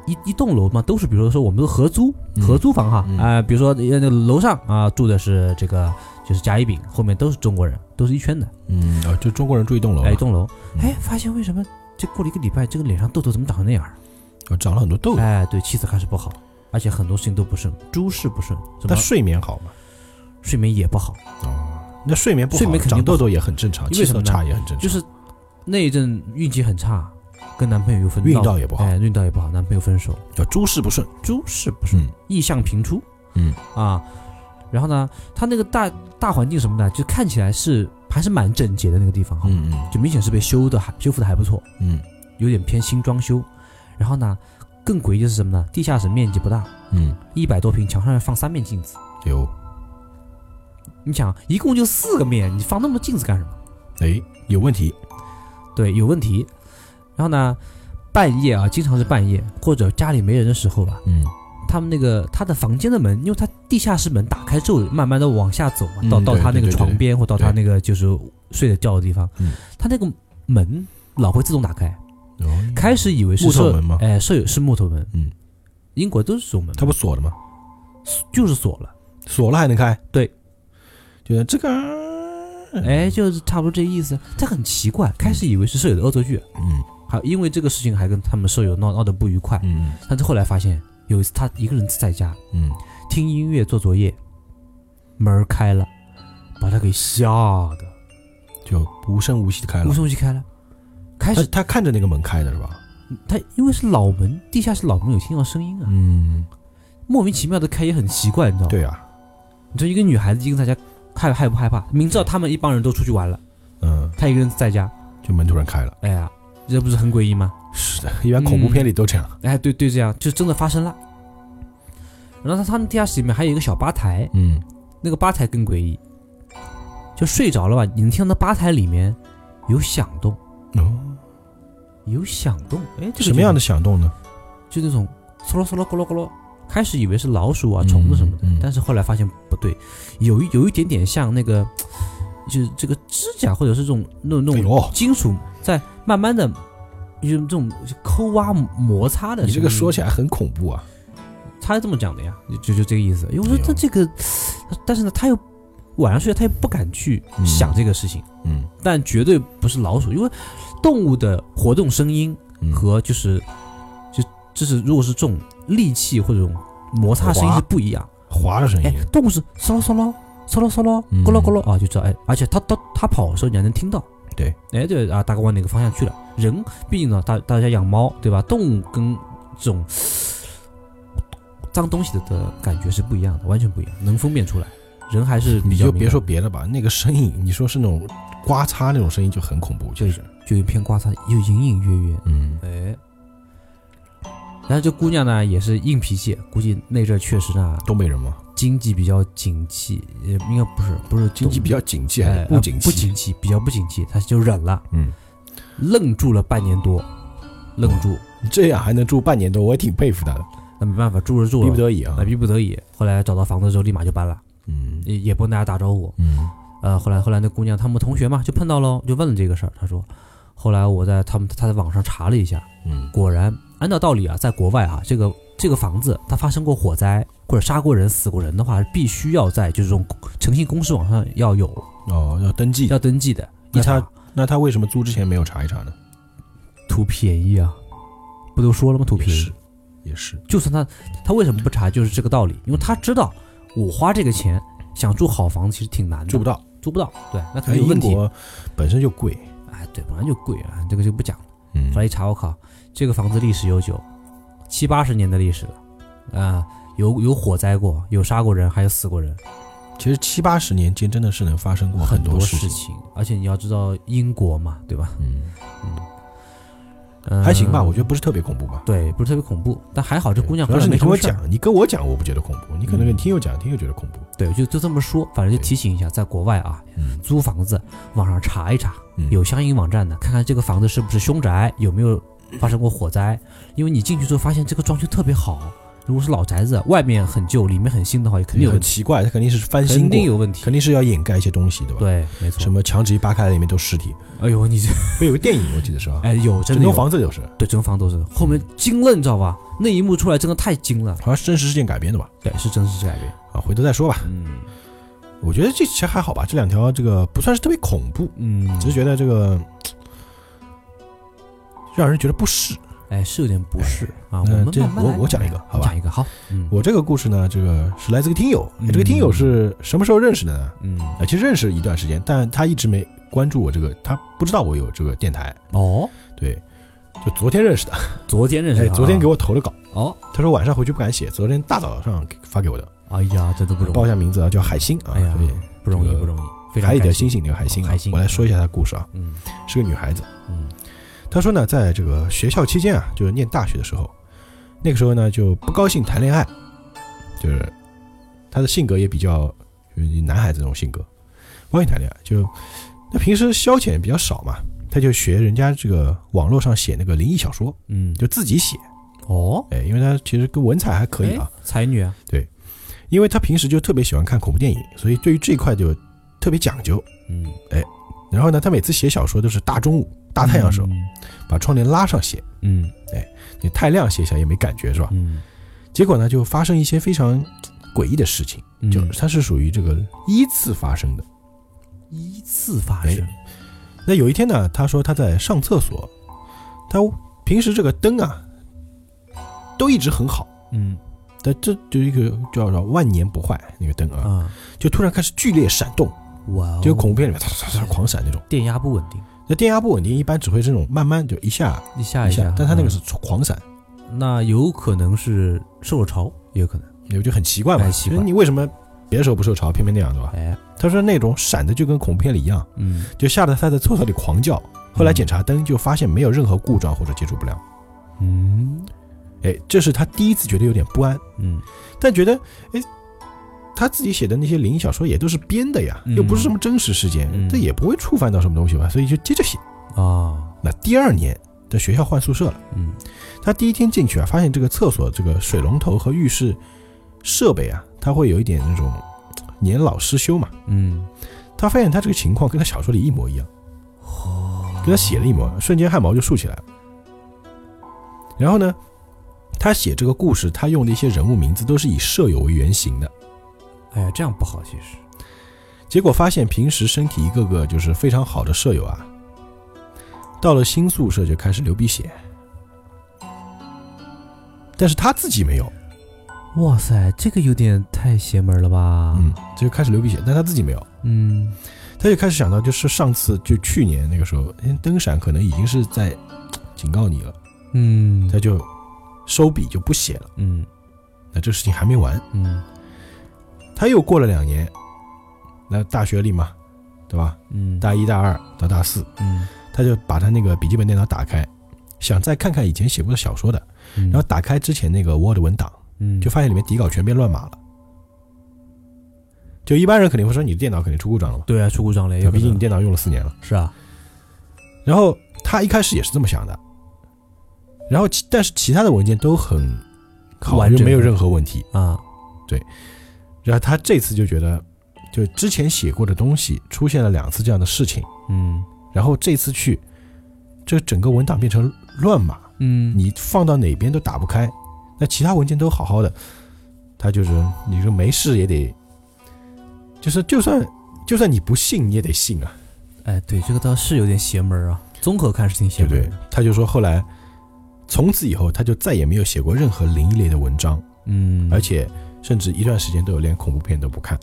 一一栋楼嘛，都是比如说我们都合租
嗯
合租房哈，啊、
嗯
比如说呃那个楼上啊、住的是这个就是甲乙丙，后面都是中国人，都是一圈的，
嗯，啊，就中国人住一栋楼啊，
哎，一栋楼，
嗯
哎，发现为什么这过了一个礼拜，这个脸上痘痘怎么长成那样儿？
哦长了很多痘，
哎，对，气色开始不好，而且很多事情都不顺，诸事不顺，什么
但睡眠好嘛？
睡眠也不好，
哦，那睡眠不好，
睡眠肯定
长
不好
痘痘也很正常，
因为
气
什么
色
呢
差也很正常，
就是那一阵运气很差，跟男朋友又分
运
道
道也不好，
哎，运道也不好，男朋友分手，
叫诸事不顺。
诸事不顺，
嗯
意向频出，
嗯
啊，然后呢，他那个大大环境什么的，就看起来是还是蛮整洁的那个地方哈，
嗯嗯
就明显是被修的还修复的还不错，
嗯
有点偏新装修，然后呢，更诡异的是什么呢？地下室面积不大，
嗯，
一百多平，墙上要放三面镜子，
有
你想一共就四个面，你放那么多镜子干什么？
哎有问题，
对，有问题。然后呢，半夜啊，经常是半夜或者家里没人的时候吧，啊
嗯，
他们那个他的房间的门，因为他地下室门打开之后，慢慢的往下走嘛，
嗯
到
对
到他那
对
个
对
床
对
边或到他那个就是睡的觉的地方
嗯，
他那个门老会自动打开。
哦
开始以为是
木头
舍
门吗
哎，舍友是木头门，
嗯，
英国都是这种门嘛，
它不锁了吗？
就是锁了，
锁了还能开？
对，
就是这个，嗯
哎，就是差不多这意思。这很奇怪，开始以为是舍友的恶作剧，
嗯
还因为这个事情还跟他们舍友闹闹得不愉快，
嗯
但是后来发现有一次他一个人在家，
嗯，
听音乐做作业，门儿开了，把他给吓得
就无声无息的开
无
了。
声无息开了。开
他
始
他看着那个门开的是吧？
他因为是老门，地下室老门有听到声音啊，
嗯，
莫名其妙的开也很奇怪，你知道吗？
对啊，
你说一个女孩子一个人在家，害害不害怕？明知道他们一帮人都出去玩了，
嗯，
她一个人在家，
就门突然开了。
哎呀，这不是很诡异吗？
是的，一般恐怖片里都这样。
哎，对对，这样就真的发生了。然后他他们地下室里面还有一个小吧台，
嗯，
那个吧台更诡异，就睡着了吧，你能听到那吧台里面有响动，
哦，
有响动，哎，嗯这个
什么样
的？
的响动呢？
就那种嗖咯嗖咯咯咯咯咯。开始以为是老鼠啊、虫子什么的，
嗯嗯
但是后来发现不对，有一有一点点像那个，就是这个指甲或者是这种那种那
哎
种
呦，
金属在慢慢的，就是这种抠挖摩擦的声音。
你这个说起来很恐怖啊。
他是这么讲的呀，就就这个意思。因为我说
哎呦
他这个，但是呢，他又晚上睡觉，他又不敢去
嗯
想这个事情，
嗯，
但绝对不是老鼠，因为动物的活动声音
嗯
和就是就就是如果是这种力气或者这种摩擦声音
滑
是不一样。
滑的声
哎
音，，
动物是嗖喽嗖喽。嗖喽嗖喽，
嗯
咕噜咕噜啊，就知道哎，而且它它它跑的时候你还能听到，
对，
哎对啊，大概往哪个方向去了？人毕竟呢，大大家养猫对吧？动物跟这种脏东西的的感觉是不一样的，完全不一样，能分辨出来。人还是比
你
较
就
敏
别
感
说别的吧，那个声音，你说是那种刮擦那种声音就很恐怖，
对
就是，
就有偏刮擦，又隐隐约约，
嗯，
哎。然后这姑娘呢也是硬脾气，估计那阵儿确实呢
东北人嘛，
经济比较景气，也应该不是不是
经济比
较。
较景气还
哎
是，不景
不
气？
景气，比较不景气，他就忍了，
嗯，
愣住了半年多，愣住，
这样还能住半年多，我也挺佩服他的，
那没办法，住着住
逼
了，
不得已啊
那。逼不得已。后来找到房子之后，立马就搬了，
嗯
也也不跟大家打招呼。
嗯
呃，后来后来那姑娘他们同学嘛，就碰到喽，就问了这个事儿，她说，后来我在他们他在网上查了一下，
嗯
果然按照道理啊，在国外哈、这个这个房子它发生过火灾或者杀过人、死过人的话，必须要在就是这种诚信公示网上要有
哦，要登记。
要登记的。
那
一查
他那他为什么租之前没有查一查呢？
图便宜啊，不都说了吗？图便
也
宜
是，，也是，
就算他他为什么不查，就是这个道理，因为他知道我花这个钱想住好房子其实挺难的，
住不，到。
住不到，对，那肯
哎，
定有问
英
题。
国本身就贵，
哎，对，本来就贵啊，这个就不讲了。
嗯
后来一查，我靠，这个房子历史悠久，七八十年的历史了，啊、有有火灾过，有杀过人，还有死过人，
其实七八十年间真的是能发生过
很
多
事
情。
情。而且你要知道英国嘛，对吧？
嗯，
嗯，
还行吧，我觉得不是特别恐怖吧。
对，不是特别恐怖，但还好这姑娘
主
后
要
来
是
没
你
什
跟
么
我
事儿嗯
讲，你跟我讲我不觉得恐怖，你可能跟听友讲，听友觉得恐怖。
对，就就这么说，反正就
对
提醒一下，在国外啊，
嗯
租房子网上查一查，
嗯
有相应网站的，看看这个房子是不是凶宅，有没有发生过火灾。因为你进去之后发现这个装修特别好，如果是老宅子，外面很旧，里面很新的话，也肯定有
很
问题，
奇怪，它肯定是翻新
肯定
过，
有问题
肯。定是要掩盖一些东西，对吧？
对，没错。
什？么墙纸一扒开，里面都尸体。
哎呦， 你这
不是有个电影，我记得是吧？
哎有真
整
的有
栋房子就是，
对整栋房都是，后面
嗯
惊了，你知道吧？那一幕出来真的太惊了。
好像是真实事件改编的吧？
对，是真实改编。
啊，回头再说吧。
嗯
我觉得这其实还好吧，这两条这个不算是特别恐怖，
嗯，
只是觉得这个让人觉得不适。
哎是有点不适啊。我
哎那
们
这
慢慢
我
来
我讲一个，好吧
讲？一个好。嗯
我这个故事呢，这个是来自一个听友，哎
嗯
这个听友是什么时候认识的呢？
嗯
啊，其实认识一段时间，但他一直没关注我这个，他不知道我有这个电台。
哦，
对，就昨天认识的，
昨天认识
哎，
的 啊，
昨天给我投了稿，
哦，
他说晚上回去不敢写，昨天大早上给发给我的，
哎呀，真的不
报
容
一
易，
下名字啊，叫海星啊，
哎呀
所以
不容
这
易，
个
不容易，非常
海里
开
的
心
星星那个海星啊，
海星
我来说一下她的故事啊，
嗯
是个女孩子。
嗯
她说呢，在这个学校期间啊，就是念大学的时候，那个时候呢就不高兴谈恋爱，就是她的性格也比较就是男孩子那种性格，不高兴谈恋爱，就那平时消遣也比较少嘛，她就学人家这个网络上写那个灵异小说，
嗯，
就自己写，
哦，
哎，因为她其实跟文采还可以啊，
哎，才女啊，
因为她平时就特别喜欢看恐怖电影，所以对于这一块就特别讲究。
嗯，
然后呢，她每次写小说都是大中午、大太阳时候，把窗帘拉上写，
嗯，
你太亮写起来也没感觉是吧？
嗯
结果呢，就发生一些非常诡异的事情，
嗯，
就是它是属于这个依次发生的。
依次发生，
哎那有一天呢，他说他在上厕所，他平时这个灯啊都一直很好，
嗯
但这就一个叫叫万年不坏那个灯啊，
啊，
就突然开始剧烈闪动，
哇哦，
就恐怖片里面唰唰唰唰狂闪那种。
电压不稳定，
那电压不稳定，一般只会这种慢慢就一下
一下
一下，但他那个是狂闪，
嗯，那有可能是受了潮，也有可能，
我就很奇怪嘛，
哎奇怪
就是你为什么别的时候不受潮，偏偏那样对吧？
哎，
他说那种闪的就跟恐怖片里一样，
嗯，
就吓得他在厕所里狂叫。后来检查灯就发现没有任何故障或者接触不良。
嗯
哎，这是他第一次觉得有点不安，
嗯
但觉得哎，他自己写的那些灵异小说也都是编的呀，
嗯
又不是什么真实事件
嗯，
这也不会触犯到什么东西吧，所以就接着写。
啊，
那第二年在学校换宿舍了，
嗯
他第一天进去啊，发现这个厕所这个水龙头和浴室设备啊，它会有一点那种年老失修嘛。
嗯，
他发现他这个情况跟他小说里一模一样，跟他写的一模一样，瞬间汗毛就竖起来了。然后呢，他写这个故事，他用的一些人物名字都是以舍友为原型的。
哎呀，这样不好，其实，
结果发现，平时身体一个个就是非常好的舍友啊，到了新宿舍就开始流鼻血，但是他自己没有，
哇塞，这个有点太邪门了吧，
嗯，就开始流鼻血，但他自己没有，
嗯
他就开始想到，就是上次就去年那个时候，哎灯闪可能已经是在嘖警告你了。
嗯
他就收笔就不写了。
嗯
那这事情还没完，
嗯
他又过了两年，那大学里嘛，对吧？
嗯，
大一大二到大四，
嗯，
他就把他那个笔记本电脑打开，想再看看以前写过的小说的。
然
然后打开之前那个 Word 文档，
嗯
就发现里面底稿全变乱码了。就一般人肯定会说你的电脑肯定出故障了嘛，
对啊，出故障了，有
毕竟你电脑用了四年了。
是啊，
然后他一开始也是这么想的，然后其但是其他的文件都很好，
完
就
整
没有任何问题。
啊，
然后他这次就觉得，就之前写过的东西出现了两次这样的事情，
嗯
然后这次去，这整个文档变成乱码，
嗯，
你放到哪边都打不开，那其他文件都好好的，他就是你说没事也得，就是就算就算你不信你也得信啊，
哎，对，这个倒是有点邪门儿啊，综合看是挺
对
邪
不
门
对
儿的，？
他就说后来，从此以后他就再也没有写过任何灵异类的文章，
嗯，
而，且甚至一段时间都有连恐怖片都不看，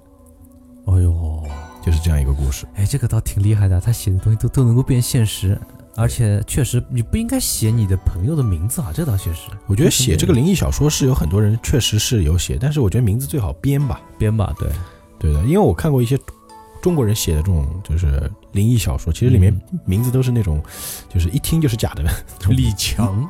哎呦，
就是这样一个故事。
哎，这个倒挺厉害的，他写的东西都都能够变现实，而且确实你不应该写你的朋友的名字啊，这倒确实，
我觉得写这个灵异小说是有很多人确实是有写，但是我觉得名字最好编吧。
编吧，对，
对的，因为我看过一些中国人写的这种就是灵异小说，其实里面
嗯
名字都是那种，就是一听就是假 的。李强，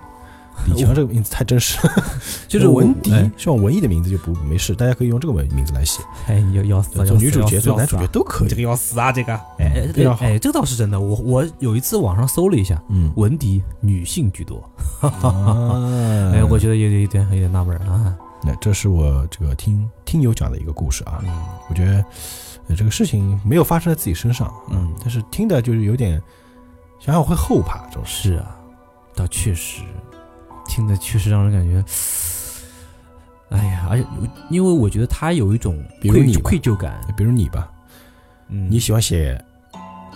李强这个名字太真实了，
嗯 就是我
文迪
哎，
这种文艺的名字就不没事，大家可以用这个文名字来写，
哎，要要死啊，
做
要死
女主
要
角、
死
做
要
男
死
主
啊
角都可以。
要死啊，这个，哎
哎，非常好
哎，这个倒是真的，我我有一次网上搜了一下，
嗯，
文迪女性居多，
啊
哎，我觉得有点有点有点纳闷儿啊。
那这是我这个听听友讲的一个故事啊，
嗯
我觉得、呃这个事情没有发生在自己身上，啊
嗯
但是听的就是有点想想我会后怕这种事。
是啊，倒确实，听的确实让人感觉，哎呀，而且我因为我觉得他有一种
比如
愧
你吧
愧疚感，
比如你吧，
嗯，
你喜欢写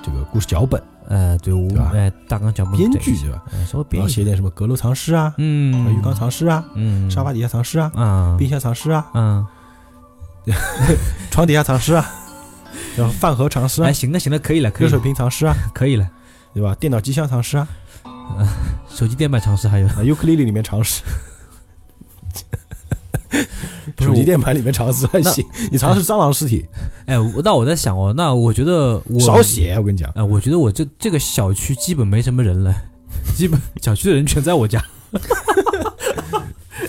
这个故事脚本，
呃，对我
对吧
哎，大纲讲不
编
对
剧对吧？
哎稍微
然
编
后
一
写点什么阁楼藏尸啊、
嗯，
浴缸藏尸啊、
嗯，
沙发底下藏尸啊、
啊，
冰箱藏尸啊、
啊，
床底下藏尸 啊，然后饭盒藏尸啊
哎，、行了行了，可以了可以
热水
了
瓶藏尸啊，
可以了，
对吧？电脑机箱藏尸啊，
手机电板常识还有
啊尤克里里里面藏 尸。
不是
手机
我
键盘里面藏尸还行，你藏的是蟑螂尸体，
哎，我那我在想哦，那我觉得我
少写！我跟你讲，
哎，我觉得我这这个小区基本没什么人了， 基本小区的人全在我家。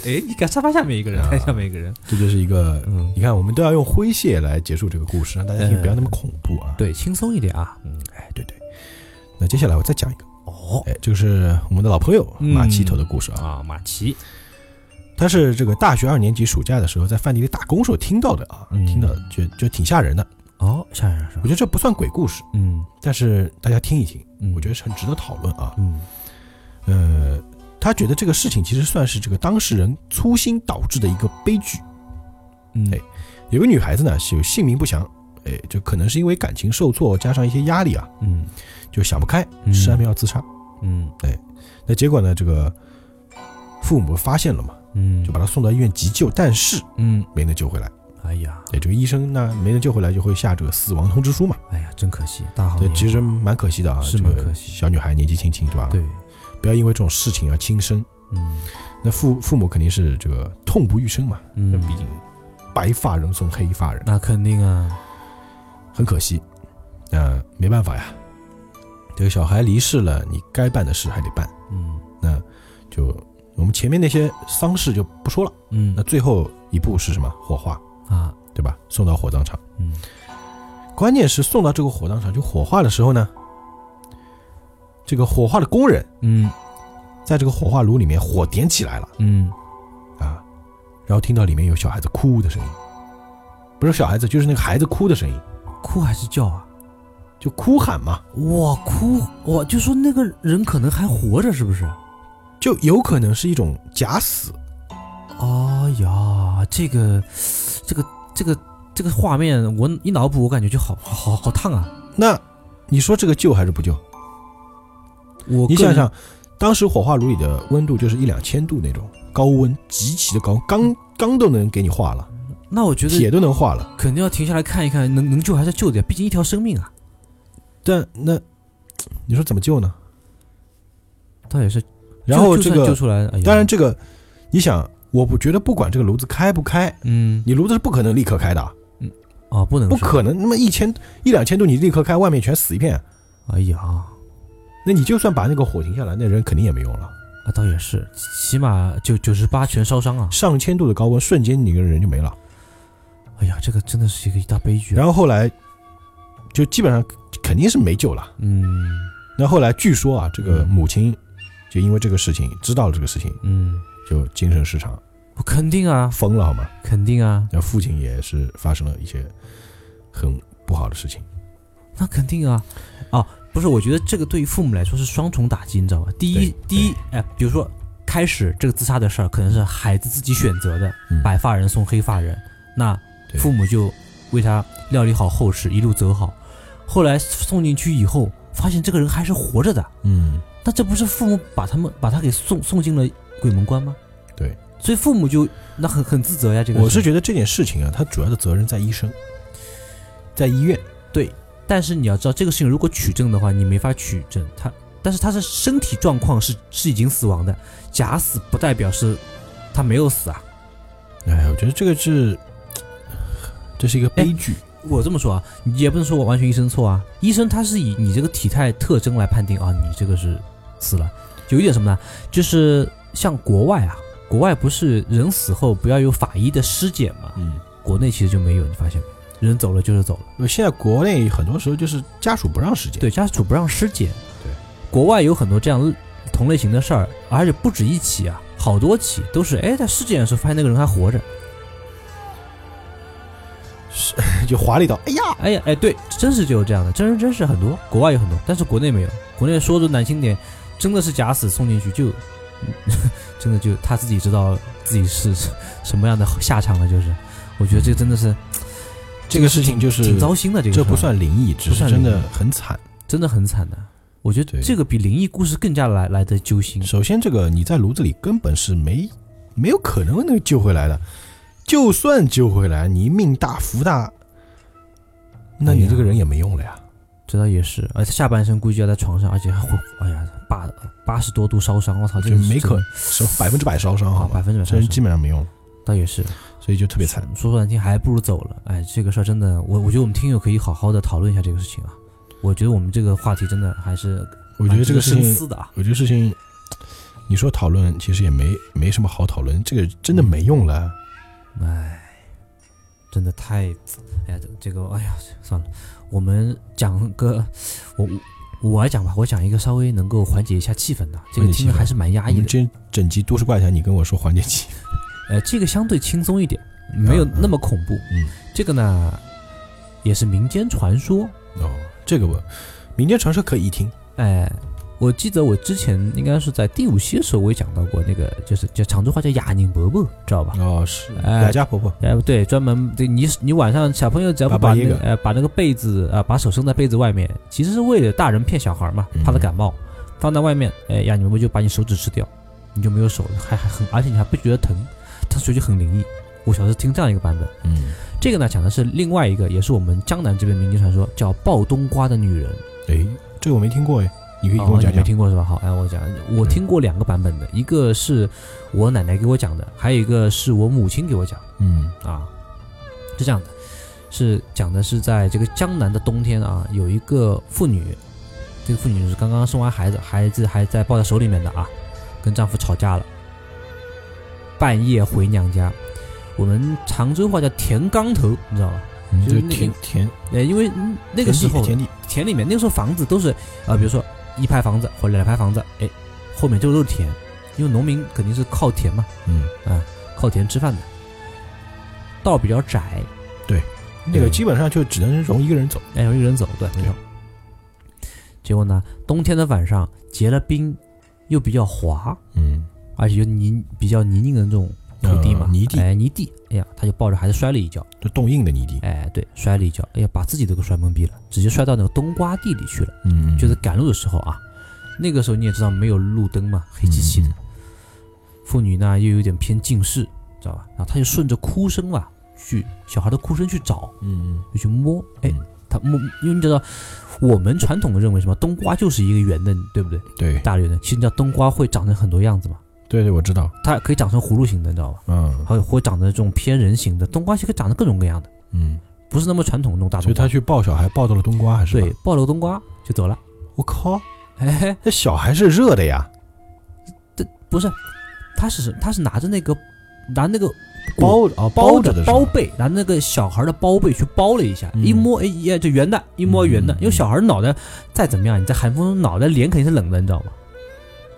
哎，你看沙发下面一个人，
啊
台 下面一个人，
这就是一个，
嗯，
你看我们都要用诙谐来结束这个故事，让大家听
嗯
不要那么恐怖啊。，
对，轻松一点啊。
哎，对对。那接下来我再讲一个，
哦
哎，就是我们的老朋友
嗯
马奇头的故事啊，
啊，马奇，
他是这个大学二年级暑假的时候在饭店里打工时候听到的啊，
嗯
听到就就挺吓人的。
哦，吓人是
我？觉得这不算鬼故事，
嗯
但是大家听一听，
嗯，
我觉
得，
得是很值得讨论啊。
嗯
呃，他觉得这个事情其实算是这个当事人粗心导致的一个悲剧。
嗯，
哎有个女孩子呢，是有姓名不详，哎，就可能是因为感情受挫加上一些压力啊，
嗯
就想不开，
嗯
吃安眠药自杀。
嗯
那结果呢，这个父母发现了嘛，
嗯，
就把她送到医院急救，但是
嗯，
没能救回来。
哎呀，
哎，这个医生呢，没能救回来就会下这个死亡通知书嘛。
哎呀，真可惜，大好
对，
年
其实蛮可惜的啊，
是
这个
蛮可惜
小女孩年纪轻轻，对吧？，
对，
不要因为这种事情而轻生。
嗯
那父父母肯定是这个痛不欲生嘛，那
嗯，
毕竟白发人送黑发人，
那肯定啊，
很可惜。那没办法呀，这个小孩离世了，你该办的事还得办。
嗯
那就我们前面那些丧事就不说了，
嗯，
那最后一步是什么？火化，
啊，
对吧？送到火葬场。
嗯
关键是送到这个火葬场就火化的时候呢，这个火化的工人
嗯
在这个火化炉里面火点起来了
嗯，
啊，然后听到里面有小孩子哭的声音，不是小孩子，就是那个孩子哭的声音，
哭还是叫啊？
就哭喊嘛，
哇，哭哇，就说那个人可能还活着，是不是？
就有可能是一种假死。
哎呀，这个，这个，这个，这个画面，我一脑补，我感觉就好好好好烫啊！
那你说这个救还是不救？
我
你
个
想
人，
想，当时火化炉里的温度就是一两千度那种高温，极其的高，钢钢都能给你化了，
那我觉得
铁都能化了。
肯定要停下来看一看，能能救还是救的呀，毕竟一条生命啊。
但那你说怎么救呢？
倒也是，
然后这
就就算救
个，
出来，哎呀
当然这个，你想，我不觉得不管这个炉子开不开，
嗯，
你炉子是不可能立刻开的，
啊，不能
不
是，
可能。那么一千一两千度你立刻开，外面全死一片，
哎呀，啊，
那你就算把那个火停下来，那人肯定也没用了。
倒也是，起码九九十八全烧伤啊！
上千度的高温，瞬间你个人就没了。
哎呀，这个真的是一个一大悲剧啊。
然后后来，就基本上肯定是没救了。
嗯
那后来据说啊，这个母亲就因为这个事情知道了这个事情，
嗯，
就精神失常
我肯定啊，
疯了，好吗？
肯定啊，
然后父亲也是发生了一些很不好的事情。
那肯定啊，哦，不是，我觉得这个对于父母来说是双重打击，你知道吧？第一
对，
第一，哎，比如说开始这个自杀的事儿，可能是孩子自己选择的，
嗯
白发人送黑发人，那
对
父母就为他料理好后事，一路走好。后来送进去以后，发现这个人还是活着的，
嗯，
那这不是父母把他们把他给送送进了鬼门关吗？
对，
所以父母就那很很自责呀。这个
我
事
是觉得这件事情啊，它主要的责任在医生，在医院。
但是你要知道，这个事情如果取证的话，你没法取证。他，但是他是身体状况是是已经死亡的，假死不代表是他没有死啊。
哎，我觉得这个是，这是一个悲剧。
我这么说啊，你也不能说我完全医生错啊。医生他是以你这个体态特征来判定啊，你这个是死了。有一点什么呢？就是像国外啊，国外不是人死后不要有法医的尸检吗？
嗯，
国内其实就没有，你发现没？人走了就是走了。
因为现在国内很多时候就是家属不让尸检。
对，家属不让尸检。
对，
国外有很多这样同类型的事儿，而且不止一起啊。好多起都是哎，在尸检的时候发现那个人还活着，
就华丽到，哎呀，
哎呀哎，对，真是就有这样的，真人真事很多，国外有很多，但是国内没有。国内说的难听点，真的是假死送进去就，嗯 真的就他自己知道自己是什么样的下场了，就是，我觉得这真的是
这个事情就是
挺糟心的，这个
这
事儿
不算灵异，只
不
是
算
真
灵
的
异
很惨。
真的很惨的。我觉
对
得这个比灵异故事更加来来的揪心。
首先，这个你在炉子里根本是没没有可能能救回来的，就算救回来，你命大福大，那
哎
你
呀
这个人也没用了呀。
这倒也是，而且下半身估计要在床上，而且还会，哎呀，八八十多度烧伤，我操，这
就
个
没可
能
什么百分之百烧伤，好
啊，
吧
百，分之百
这
烧
人
伤，哎
基本上没用，
倒也是，
所以就特别惨。
说说难听，还不如走了。哎，这个事儿真的，我我觉得我们听友可以好好的讨论一下这个事情啊。我觉得我们这个话题真的还是
我觉得这个事
蛮值
情，
得深思的啊。
我觉得事情，你说讨论其实也没没什么好讨论，这个真的没用了。
唉，哎真的太，哎呀，这这个，哎呀，算了，我们讲个，我我我来讲吧，我讲一个稍微能够缓解一下气氛的，这
缓解
个听着
气氛嗯
还是蛮压
我
抑
们
的。
这整集都市怪谈，你跟我说缓解期，
呃，这个相对轻松一点，没有
嗯嗯
那么恐怖。
嗯，
这个呢，也是民间传说。
哦，这个我民间传说可以一听，
哎，我记得我之前应该是在第五期的时候，我也讲到过那个，就是叫常州话叫哑宁伯伯，知道吧？
哦，是
哎
雅家婆婆，
哎，对，专门对你你晚上小朋友只要不
把
把
把
那
一
个
个
呃把那个被子啊、呃把手伸在被子外面，其实是为了大人骗小孩嘛
嗯，
怕他感冒，放在外面，哎呀，你们不就把你手指吃掉，你就没有手，还还很，而且你还不觉得疼，他所以就很灵异。我小时候听这样一个版本，
嗯，
这个呢讲的是另外一个，也是我们江南这边民间传说，叫爆冬瓜的女人。
哎，这个我没听过哎，你可以给
哦，
我
你
讲
没
讲。
听过是吧？好，哎，我讲，我听过两个版本的，一个是我奶奶给我讲的，还有一个是我母亲给我讲
嗯
的啊，是这样的，是讲的是在这个江南的冬天啊，有一个妇女，这个妇女是刚刚生完孩子，孩子还在抱在手里面的啊，跟丈夫吵架了，半夜回娘家，我们常州话叫田岗头，你知道吧？
嗯，
就
就是
那
田田
呃，因为嗯那个时候
田地，
田里面，那个时候房子都是啊、呃比如说一排房子或者两排房子，哎，后面就都是田，因为农民肯定是靠田嘛，
嗯，
靠田吃饭的，道比较窄，
那个基本上就只能容一个人走。
哎，有一个人走，对，
对
没错。结果呢，冬天的晚上结了冰，又比较滑，
嗯，
而且又泥比较泥泞的那种土地嘛，
呃泥地
哎，泥地，哎呀，他就抱着孩子摔了一跤，
就冻硬的泥地。
哎，对，摔了一跤，哎呀，把自己都给摔懵逼了，直接摔到那个冬瓜地里去了。
嗯，
就是赶路的时候啊，那个时候你也知道没有路灯嘛，黑漆漆的。
嗯
妇女呢又有点偏近视，知道吧？然后她就顺着哭声嘛，去小孩的哭声去找，
嗯，
就去摸。哎
嗯，
她摸，因为你知道我们传统的认为什么冬瓜就是一个圆的，对不对？
嗯，对
大圆的，其实你知道冬瓜会长成很多样子嘛，
对对，我知道。
它可以长成葫芦形的，你知道吧？
嗯
还有会长成这种偏人形的，冬瓜其实可以长得各种各样的，
嗯，
不是那么传统的那种大
所
冬
以他
瓜。
去抱小孩，抱到了冬瓜，还是吧
对，，抱了个冬瓜就走了。
我靠，
哎，
那小孩是热的呀，
不是，他是他是拿着那个拿那个
包啊
包
着的是吧
包被，拿那个小孩的包被去包了一下，
嗯
一摸哎呀，这圆的，一摸圆的，
嗯嗯
因为小孩脑袋再怎么样，你在寒风中脑袋脸肯定是冷的，你知道吗？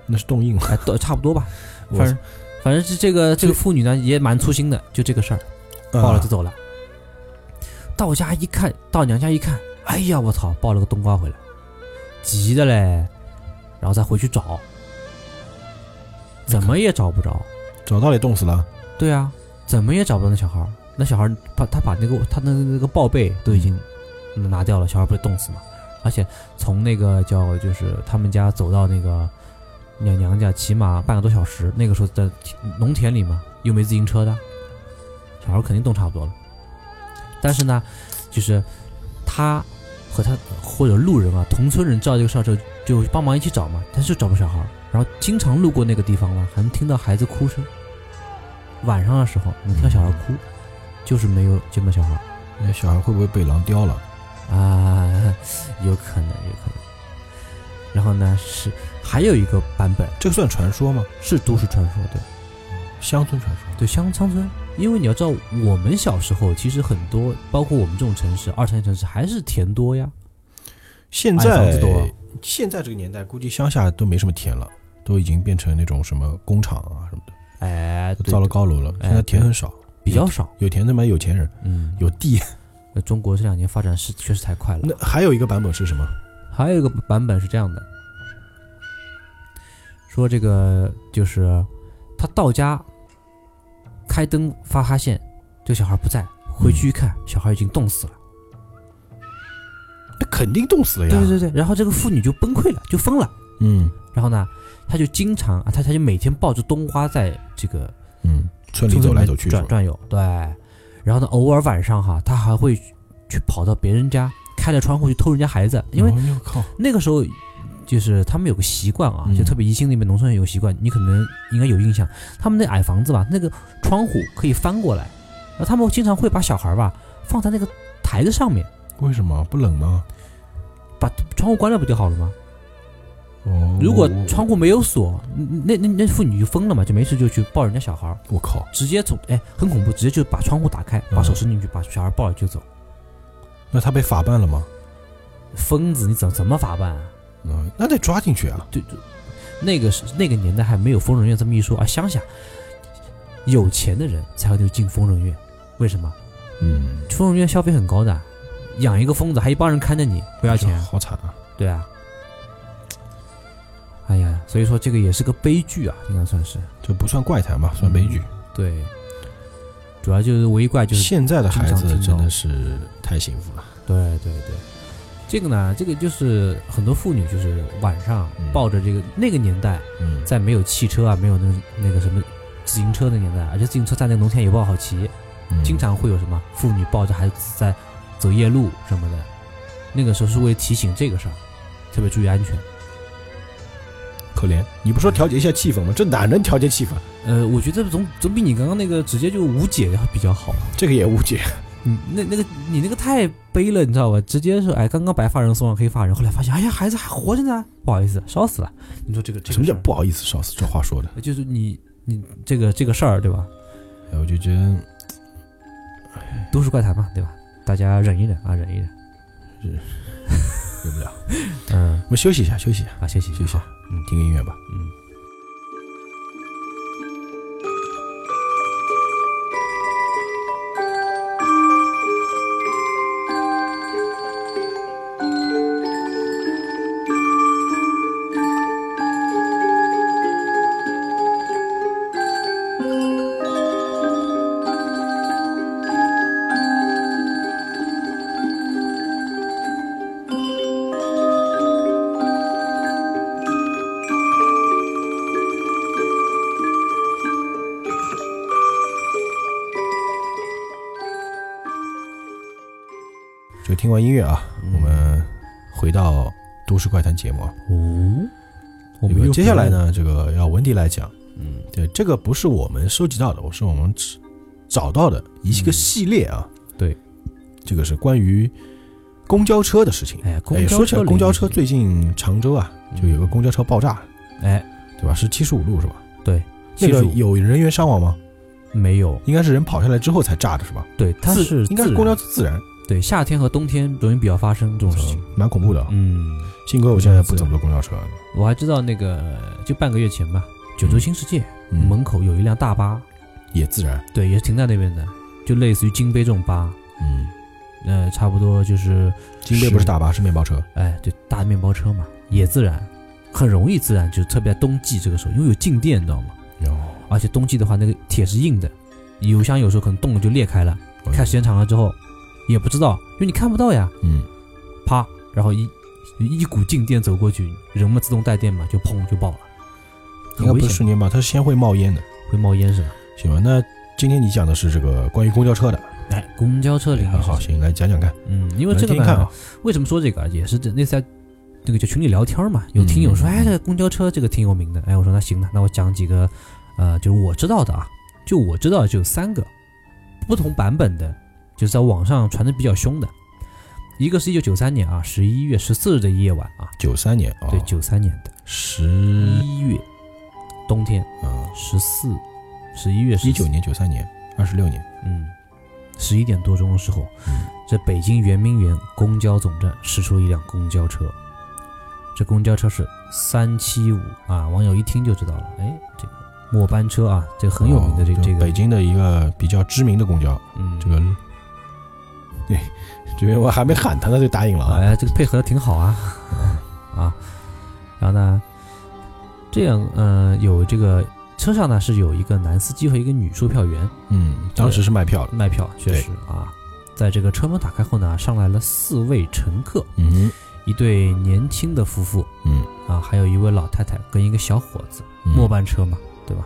那是冻硬了。
哎，都差不多吧，
我
反正反正是这个这个妇女呢也蛮粗心的，就这个事儿抱了就
啊
走了。到家一看，到娘家一看，哎呀，我操，抱了个冬瓜回来，急的嘞，然后再回去找，怎么也找不着。
找到也冻死了。
对啊，怎么也找不到那小孩儿。那小孩儿把他把那个他的那个报备都已经拿掉了，小孩儿不是冻死吗？而且从那个叫就是他们家走到那个娘娘家，起码半个多小时。那个时候在农田里嘛，又没自行车的，小孩儿肯定冻差不多了。但是呢，就是他和他或者路人啊，同村人知道这个事儿之后，就帮忙一起找嘛，但是找不着小孩儿。然后经常路过那个地方呢，还能听到孩子哭声。晚上的时候能听到小孩哭，就是没有见到小孩
那哎小孩会不会被狼叼了？
啊，有可能，有可能。然后呢是还有一个版本
这个算传说吗？
是都市传说，对
乡村传说。
对，乡乡村，因为你要知道我们小时候其实很多，包括我们这种城市，二三线城市还是田多呀，
现
矮房
在
子多，啊
现在这个年代，估计乡下都没什么田了。都已经变成那种什么工厂啊什么的，
哎，
都
对
造了高楼了。
哎
现在田很少，
比较少，
有田他妈有钱人，
嗯，
有地。
那中国这两年发展是确实太快了。
那还有一个版本是什么？
还有一个版本是这样的，说这个就是他到家开灯发哈欠，这个小孩不在，回去一看，小孩已经冻死了。
那肯定冻死了呀。
对对对，然后这个妇女就崩溃了，就疯了。
嗯
然后呢，她就经常啊，她她就每天抱着冬瓜在这个
嗯，村里
村
走
子
来
面
走去是
转
吧？
转悠。对，然后呢，偶尔晚上哈，她还会去跑到别人家，开着窗户去偷人家孩子，因为
哎呦靠，
那个时候就是他们有个习惯啊，
嗯
就特别宜兴那边农村有个习惯，你可能应该有印象，他们那矮房子吧，那个窗户可以翻过来，然后他们经常会把小孩吧放在那个台子上面，
为什么不冷吗？
把窗户关了不就好了吗？
哦，
如果窗户没有锁，那那那妇女就疯了嘛，就没事就去抱人家小孩，
我靠，
直接从哎很恐怖，直接就把窗户打开，
嗯
把手伸进去，把小孩抱了就走。
那他被法办了吗？
疯子，你怎怎么法办、啊？
嗯，那得抓进去啊。
对对，那个是那个年代还没有疯人院这么一说啊。乡下有钱的人才会进疯人院，为什么？
嗯，
疯人院消费很高的，养一个疯子还一帮人看着你，不要钱啊。
好惨啊。
对啊，哎呀，所以说这个也是个悲剧啊，应该算是
这不算怪谈吧，算悲剧。
对。主要就是唯一怪就是
现在的孩
经常
子
听到
真的是太幸福了。
对对对，这个呢，这个就是很多妇女就是晚上
嗯
抱着这个那个年代，
嗯，
在没有汽车啊，没有那那个什么自行车的年代，而且自行车在那个农田也不好骑，
嗯
经常会有什么妇女抱着孩子在走夜路什么的。那个时候是为了提醒这个事儿，特别注意安全。
可怜。你不说调节一下气氛吗？这哪能调节气氛？
呃，我觉得总总比你刚刚那个直接就无解要比较好。
这个也无解。
你那那个你那个太悲了，你知道吧？直接说，哎，刚刚白发人送上黑发人，后来发现，哎呀，孩子还活着呢，不好意思，烧死了。你说这个这个
什么叫
事儿
不好意思，少死？这话说的，
就是你你这个这个事儿对吧？
哎我就觉得
都市怪谈嘛，对吧？大家忍一忍啊，忍一忍。
忍不了。
嗯，
我们休息一下，休息一下，
啊，谢谢，
休息一下
好，
嗯，听个音乐吧。
嗯。
就听完音乐啊，
嗯
我们回到都市怪谈节目啊。
哦，
这
我们
个
又
接下来
回
呢，这个要文迪来讲。
嗯，
对，这个不是我们收集到的，我是我们只找到的一个
嗯
系列啊。
对，
这个是关于公交车的事情。
哎，公
哎，
交
说起
车嗯
来，
里
公交
面
车最近常州啊，就有个公交车爆炸，
哎，
对吧？是七十五路是吧？
对，
那个
75
有人员伤亡吗？
没有，
应该是人跑下来之后才炸的是吧？
对，它
自
是
应该是
自
公交
然
车自燃，
对夏天和冬天容易比较发生这种事情。
嗯蛮恐怖的啊。
嗯，
幸亏我现在不怎么坐公交车。
我还知道那个就半个月前吧，九州新世界
嗯
门口有一辆大巴，
也自燃，
对，也是停在那边的，就类似于金杯这种巴，
嗯，
呃，差不多就是
金杯
是
不是大巴，是面包车，
哎，对，大面包车嘛，也自燃，很容易自燃，就是特别在冬季这个时候，因为有静电，你知道吗？
哦，
而且冬季的话，那个铁是硬的，油箱有时候可能冻了就裂开了，看时间长了之后也不知道，因为你看不到呀，
嗯，
啪，然后一一股静电走过去，人嘛自动带电嘛，就砰就爆了，
应
很
该
危
不是
险，
瞬间吧？它是先会冒烟的。
会冒烟是吧？
行吧，那今天你讲的是这个关于公交车的，
哎，公交车里面
很
是
好，
这样
行，来讲讲看，
嗯，因为这
来
个
听听看
呢
啊，，
为什么说这个啊也是这那次在那个就群里聊天嘛，有听友说，
嗯
哎，这个公交车这个挺有名的，哎，我说那行了，那我讲几个，呃，就是我知道的啊，就我知道的就有三个不同版本的，就是在网上传的比较凶的，一个是一九九三年啊十一月十四日的夜晚啊，
九三年啊，
对，九三年的
十
一月冬天
啊，
十四十一月
一
19
九年、九三年、二十六年，
嗯，十一点多钟的时候
嗯，
这北京圆明园公交总站驶出一辆公交车，这公交车是三七五啊，网友一听就知道了，哎，这个末班车啊，这个很有名的这
哦
个、
就
这个，
北京的一个比较知名的公交，
嗯，
这个，啊对，这边我还没喊他呢就答应了啊，
哎，这个配合的挺好啊，啊，然后呢，这样，呃，有这个车上呢是有一个男司机和一个女售票员
嗯，当时是卖票的，
卖票，确实啊，在这个车门打开后呢，上来了四位乘客，
嗯
一对年轻的夫妇
嗯，
啊，还有一位老太太跟一个小伙子，
嗯
末，班车嘛，对吧？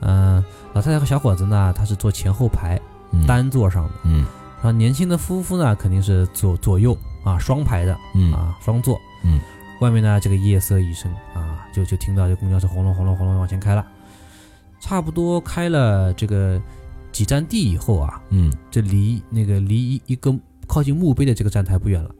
嗯、老太太和小伙子呢，他是坐前后排
嗯，
单座上的，
嗯
然后年轻的夫妇呢，肯定是左左右啊双排的，
嗯
啊，双座。
嗯，
外面呢，这个夜色已深啊，就就听到这公交车轰隆轰隆轰隆往前开了，差不多开了这个几站地以后啊，
嗯，
这离那个离一一个靠近墓碑的这个站台不远了。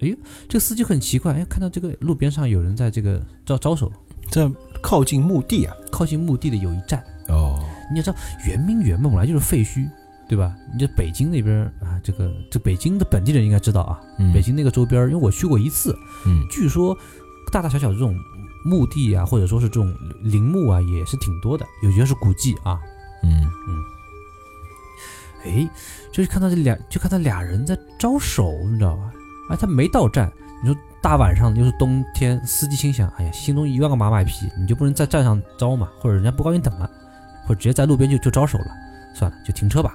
哎呦，这个司机很奇怪，哎，看到这个路边上有人在这个招招手，
在靠近墓地啊，
靠近墓地的有一站，
哦，
你也知道圆明园嘛，本来就是废墟，对吧？你这北京那边啊，这个这北京的本地人应该知道啊，
嗯
北，京那个周边，因为我去过一次，
嗯
据说大大小小这种墓地啊，或者说是这种陵墓啊，也是挺多的，有些是古迹啊。
嗯
哎，就是看到这俩，就看到俩人在招手，你知道吧？哎，他没到站，你说大晚上的又是冬天，司机心想，哎呀，心中一万个马马屁，你就不能在站上招嘛？或者人家不高兴等了，或者直接在路边就就招手了，算了，就停车吧。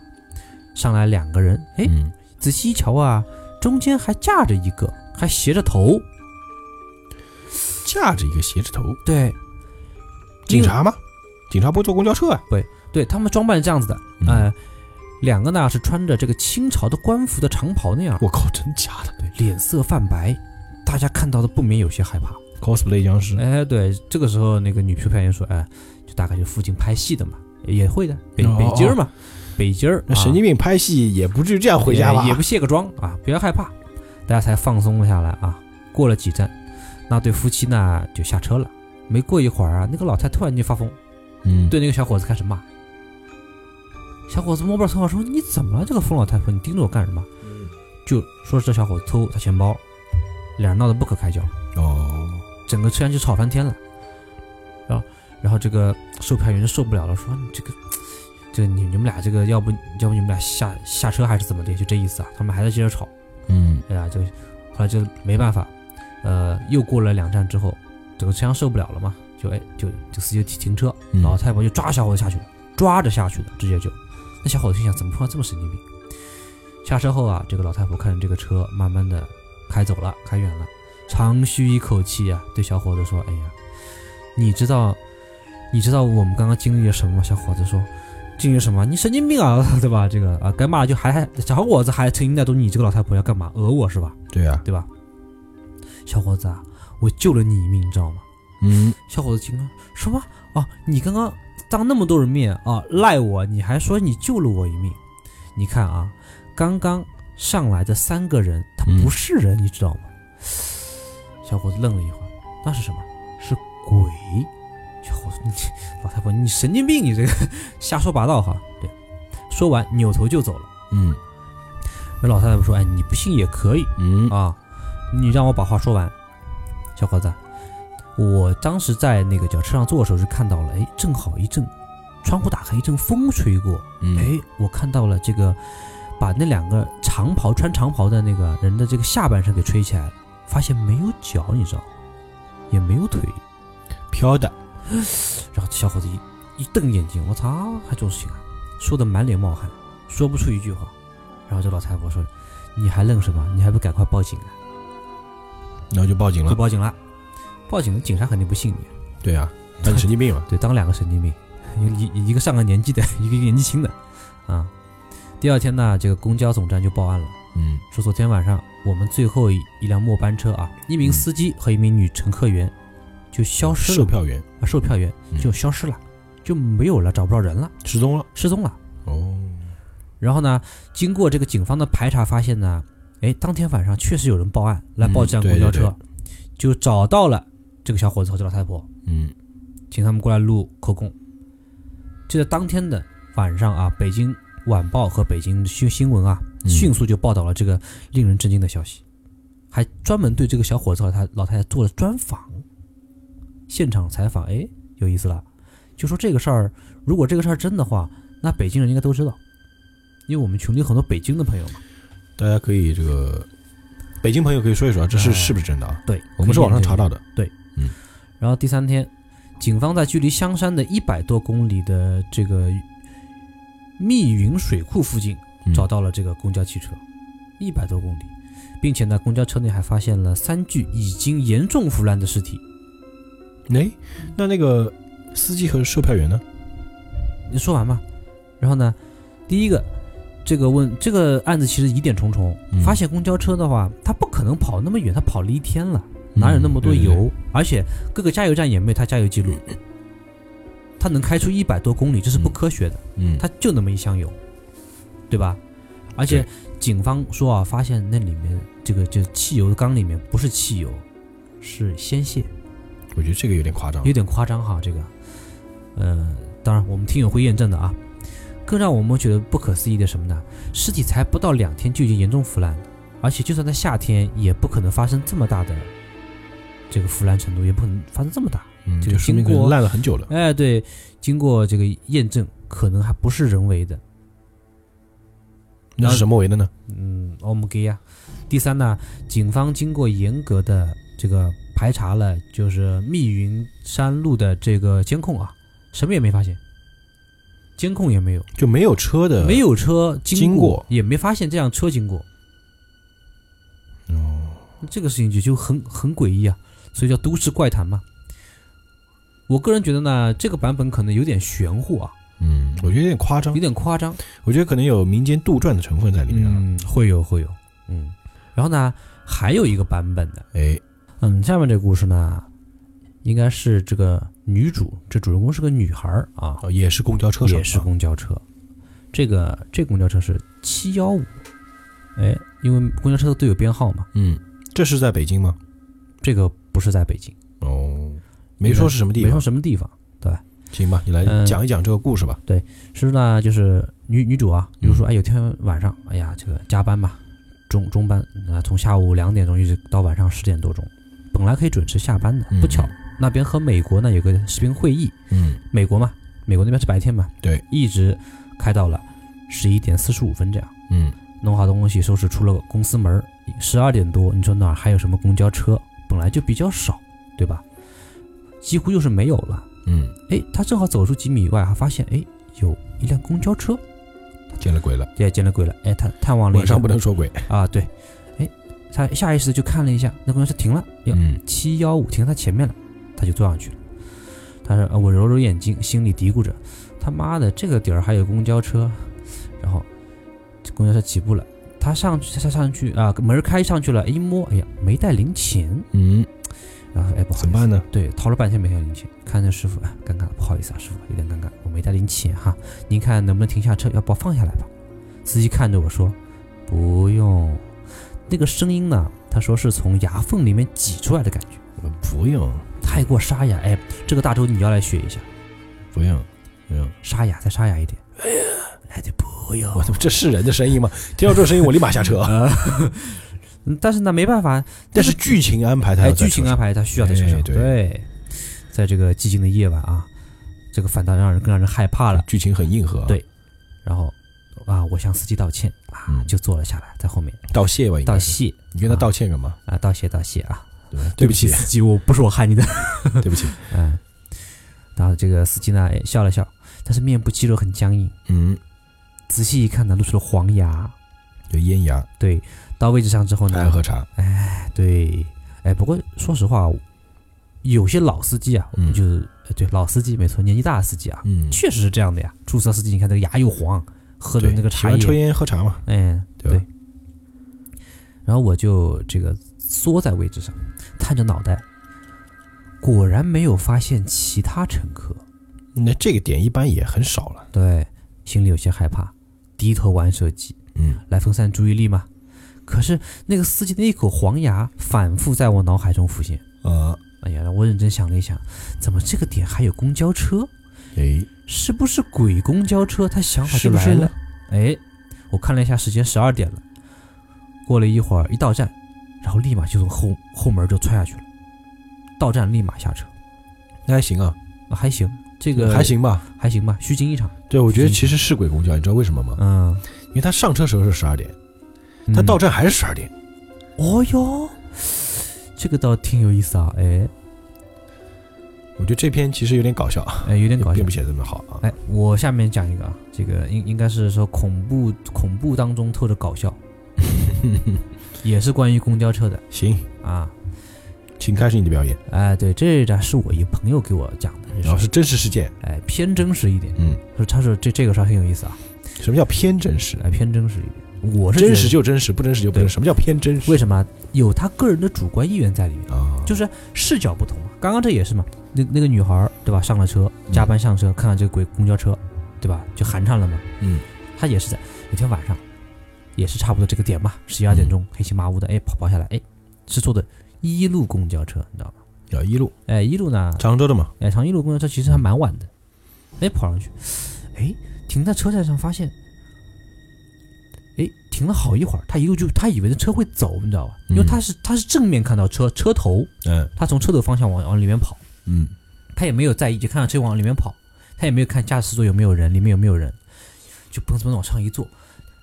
上来两个人，哎，
嗯，
仔细一瞧啊，中间还架着一个，还斜着头，
架着一个斜着头，
对，
警察吗？警察不会坐公交车啊？
对他们装扮是这样子的，
嗯
呃，两个呢是穿着这个清朝的官服的长袍那样，
我靠，真假的
对，脸色泛白，大家看到的不免有些害怕。
cosplay 僵尸，
哎，对，这个时候那个女售票员说，哎，就大概就附近拍戏的嘛，也会的，北
哦
北京儿嘛，北京儿，
那神经病拍戏也不至于这样
啊
回家吧
也？也不卸个妆啊，不要害怕，大家才放松了下来啊。过了几站，那对夫妻呢就下车了。没过一会儿啊，那个老太突然就发疯，
嗯，
对那个小伙子开始骂。小伙子摸不着头脑说：“你怎么了？这个疯老太婆，你盯着我干什么？”就说是这小伙子偷他钱包，俩人闹得不可开交，
哦，
整个车厢就吵翻天了。然后，然后这个售票员就受不了了，说：“你这个，这个你你们俩这个，要不要不你们俩下下车还是怎么的？就这意思啊。”他们还在接着吵。
嗯
哎呀，就后来就没办法，呃，又过了两站之后，整个车厢受不了了嘛，就哎就就司机就停车，
嗯
老太婆就抓小伙子下去了，抓着下去的，直接就。那小伙子心想，怎么碰到这么神经病？下车后啊，这个老太婆看着这个车慢慢的开走了，开远了，长吁一口气啊，对小伙子说：“哎呀，你知道，你知道我们刚刚经历了什么吗？”小伙子说：“经历什么？你神经病啊， 对吧？这个啊，该骂就还还小伙子还沉浸在中，你这个老太婆要干嘛？讹我是吧？
对啊，
对吧？小伙子啊，我救了你一命，你知道吗？”
嗯，
小伙子惊了：“什么？啊，你刚刚当那么多人面啊赖我，你还说你救了我一命？你看啊，刚刚上来的三个人，他
嗯
不是人，你知道吗？”小伙子愣了一会儿，那是什么？是鬼。小伙子，你老太婆，你神经病，你这个瞎说八道哈！对，说完扭头就走了。
嗯
那老太婆说：“哎，你不信也可以，
嗯
啊，你让我把话说完，小伙子，我当时在那个叫车上坐的时候是看到了，哎，正好一阵窗户打开，一阵风吹过，
嗯，
哎，我看到了这个把那两个长袍穿长袍的那个人的这个下半身给吹起来了，发现没有脚，你知道吗，也没有腿，
飘的，
然后小伙子一一瞪眼睛，我操，还这种事情啊！说的满脸冒汗，说不出一句话。然后这老太婆说：“你还愣什么？你还不赶快报警啊！”
然后就报警
就
了。
报警了。报警，警察肯定不信你。
对 啊，他是神经病嘛。
对，当两个神经病，一一一个上了年纪的， 一个年纪轻的，啊。第二天呢，这个公交总站就报案了，
嗯
说昨天晚上我们最后一一辆末班车啊，一名
嗯
司机和一名女乘客员就消失
售
了，
票员
啊售票员
嗯
就消失了，就没有了，找不着人了，
失踪了。
失踪了。
哦，
然后呢，经过这个警方的排查，发现呢，哎，当天晚上确实有人报案来报这辆
嗯对
公交
对
车，就找到了这个小伙子和这老太婆，
嗯
请他们过来录口供。就在当天的晚上啊，北京晚报和北京新新闻啊，
嗯
迅速就报道了这个令人震惊的消息。还专门对这个小伙子和他老太太做了专访，现场采访，哎，有意思了。就说这个事儿，如果这个事儿真的话，那北京人应该都知道，因为我们群里有很多北京的朋友嘛。
大家可以这个北京朋友可以说一说啊，这是
哎
是不是真的啊？
对，
我们是网上查
到。
到的。
然后第三天，警方在距离香山的一百多公里的这个密云水库附近
嗯
找到了这个公交汽车，一百多公里，并且呢，公交车内还发现了三具已经严重腐烂的尸体。
哎，那那个司机和售票员呢？
你说完吧。然后呢，第一个，这个问这个案子其实疑点重重，
嗯
发现公交车的话，它不可能跑那么远，它跑了一天了。哪有那么多
嗯对
油？
对对
而且各个加油站也没有他加油记录，他能开出一百多公里，这是不科学的。
嗯，
他就那么一箱油，对吧？而且
对
警方说啊，发现那里面这个就汽油缸里面不是汽油，是鲜血，
我觉得这个有点夸张
有。点夸张哈。这个，呃，当然我们听友会验证的啊。更让我们觉得不可思议的是什么呢？尸体才不到两天就已经严重腐烂了，而且就算在夏天也不可能发生这么大的这个腐烂程度，也不可能发生这么大。
嗯，
这
就
个
说明可
经
能
过
烂了很久了。
哎，对，经过这个验证，可能还不是人为的，
那是什么为的呢？
嗯，我们给呀。第三呢，警方经过严格的这个排查了，就是密云山路的这个监控啊，什么也没发现，监控也没有，
就没有车的，
没有车经
经过
也没发现这辆车经过。
哦，
这个事情就就很很诡异啊，所以叫都市怪谈嘛。我个人觉得呢，这个版本可能有点玄乎啊，
嗯，我觉得有点夸张
有，点夸张。
我觉得可能有民间杜撰的成分在里面啊。
嗯，会有会有，嗯。然后呢，还有一个版本的，
哎，
嗯，下面这个故事呢，应该是这个女主，这主人公是个女孩儿啊，
哦也是公交车上，
也是
啊
公交车。这个这公交车是七幺五，哎，因为公交车都有编号嘛。
嗯，这是在北京吗？
这个不是在北京，
哦，没说是什么地
没说
方，
什么地方。
行吧，你来
嗯
讲一讲这个故事吧。
是呢，就是女女主啊，比如说，
嗯
哎，有天晚上，哎呀，这个加班嘛，中中班啊、从下午两点钟一直到晚上十点多钟，本来可以准时下班的，不巧、那边和美国呢有个视频会议，
嗯，
美国嘛，美国那边是白天嘛，
对，
一直开到了十一点四十五分这样，
嗯
弄好东西收拾出了公司门，十二点多，你说哪儿还有什么公交车？本来就比较少，对吧？几乎就是没有了。
嗯
哎，他正好走出几米外，还发现哎有一辆公交车，
嗯，见了鬼了，
也见了鬼了。哎，他探望了一
晚
下
上不能说鬼。
啊，对，哎，他下意识的就看了一下，那公交车停了，哟，
嗯
七幺五停在他前面了，他就坐上去了。他说：“啊，我揉揉眼睛，心里嘀咕着，他妈的，这个点儿还有公交车。”然后公交车起步了，他上去，他上去啊，门开上去了，一摸，哎呀，没带零钱。
嗯，
然后哎，不好
怎
意
么
思，
办呢？
对，掏了半天没带零钱，看着师傅，哎，尴尬，不好意思啊，师傅，有点尴尬，我没带零钱哈，您看能不能停下车，要不我放下来吧？司机看着我说，不用。那个声音呢？他说是从牙缝里面挤出来的感觉。
不用
太过沙哑。哎，这个大周你要来学一下，
不用不用，
沙哑再沙哑一点。哎呀，对，不用
我他妈这是人的声音吗？听到这个声音我立马下 车。
啊嗯但是呢，没办法，
但是剧情安排他
哎，
要在
剧情
车
安
上
排他需要在车上。
哎对
在这个寂静的夜晚啊，这个反倒让人更让人害怕了。
剧情很硬核啊。
对然后啊，我向司机道歉啊
嗯，
就坐了下来，在后面
道谢吧，应
道
该
谢
你跟他道歉干嘛？
啊，道谢道谢啊，
对吧对不起，
司机，我不是我害你的。
对不起。
嗯，然后这个司机呢也笑了笑，但是面部肌肉很僵硬，
嗯，
仔细一看呢，露出了黄牙。
有烟牙，
对，到位置上之后
他
呢
爱，喝茶。
对，哎，不过说实话，有些老司机啊，
嗯
就是哎对老司机没错，年纪大的司机啊，
嗯，
确实是这样的呀。注册司机，你看这个牙又黄，喝的
对
那个
喜
茶
欢抽
也，
烟喝茶嘛，
哎，
对吧
对？然后我就这个缩在位置上，探着脑袋，果然没有发现其他乘客，
那这个点一般也很少了。
对，心里有些害怕，低头玩手机。
嗯，
来分散注意力嘛。可是那个司机的一口黄牙反复在我脑海中浮现。
呃，
哎呀，我认真想了一想，怎么这个点还有公交车？
哎，
是不是鬼公交车？他想法
是
就
不
来
是
了。
呢？
哎，我看了一下时间，十二点了。过了一会儿，一到站，然后立马就从后后门就窜下去了，到站立马下车，
那还行啊，
啊还行，这个
还行吧。
还行吧，虚惊一场，
对，我觉得其实是鬼啊公交，你知道为什么吗？
嗯，
因为他上车时候是十二点，
嗯
他到，站还是十二点，
哦哟，这个倒挺有意思啊，哎
我觉得这篇其实有点搞笑，
哎，有
啊
点
也
搞笑
并不。写得这么好啊。
哎，我下面讲一个啊，这个应应该是说恐怖恐怖当中透着 搞笑，也是关于公交车的
行，
啊。
请开始你的表演。
哎，对，这个是我一朋友给我讲的，
然后
这
是
是
真实事件，
哎偏真实一点。
嗯，
说他说这这个事儿很有意思啊，
什么叫偏真实？
哎偏真实一点。我是觉得
真实就真实，不真实就不真
对
实。什么叫偏真实？
为什么有他个人的主观意愿在里面，
啊，
就是视角不同嘛。刚刚这也是嘛，那那个女孩儿对吧，上了车，加班上车，看到这个鬼公交车，对吧，就寒颤了嘛。
嗯，
他也是在有天晚上，也是差不多这个点吧，十一二点钟，黑漆麻乌的，哎，跑跑下来，哎，是坐的一路公交车，你知道吗？
要一路
哎，一路呢，
常州的嘛，
哎，长一路公交车其实还蛮晚的，哎，跑上去，哎，停在车站上发现，哎，停了好一会儿，他一路就他以为这车会走，你知道吧？因为
嗯
他是他是正面看到车车头，
嗯
他从车头方向往往里面跑，
嗯，
他也没有在意，就看到车往里面跑，他也没有看驾驶座有没有人，里面有没有人，就嘣嘣往上一坐，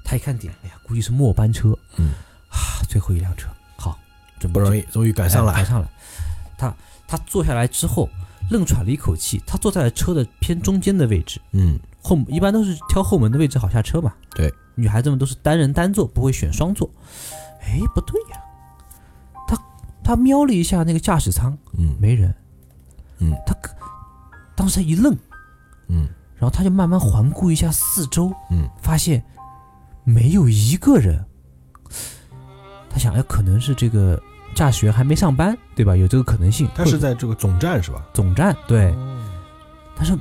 他一看点，哎呀，估计是末班车，
嗯
啊，最后一辆车，好，准
不
备
容
易。
易，终于赶上了
哎。赶上了。他他坐下来之后，愣喘了一口气，他坐在了车的偏中间的位置，
嗯，
后一般都是挑后门的位置好下车嘛。
对，
女孩子们都是单人单坐，不会选双座。哎，不对呀、他他瞄了一下那个驾驶舱，
嗯
没人。
嗯，
他可当时他一愣，
嗯
然后他就慢慢环顾一下四周，
嗯，
发现没有一个人。他想，哎，可能是这个驾驶员还没上班，对吧？有这个可能性。
他是在这个总站是吧？
总站，对。但是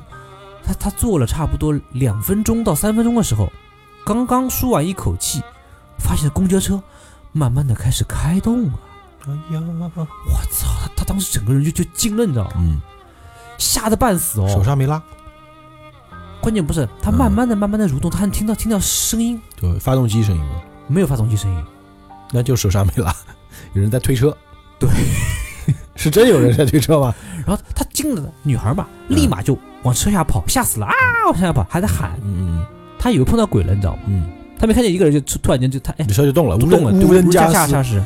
他他坐了差不多两分钟到三分钟的时候，刚刚舒完一口气，发现公交车慢慢的开始开动了。
哎呀，
我操！他他当时整个人就就惊了，你知道吗？
嗯，
吓得半死哦。
手刹没拉，
关键不是他慢慢的、慢慢的蠕动，他还听到听到声音，
就发动机声音嘛，
没有发动机声音。
那就手刹没 拉，有人在推车。对， 是真有人在推车吗？
然后他惊了，女孩嘛，
嗯
立马就往车下跑，吓死了啊！往车下跑，还在喊，
嗯
他以为碰到鬼了，你知道吗？
嗯嗯，
他没看见一个人就突突然间就他哎
你车就动了，无
不
人
动了，
无人
驾
驾
驾驾 驶。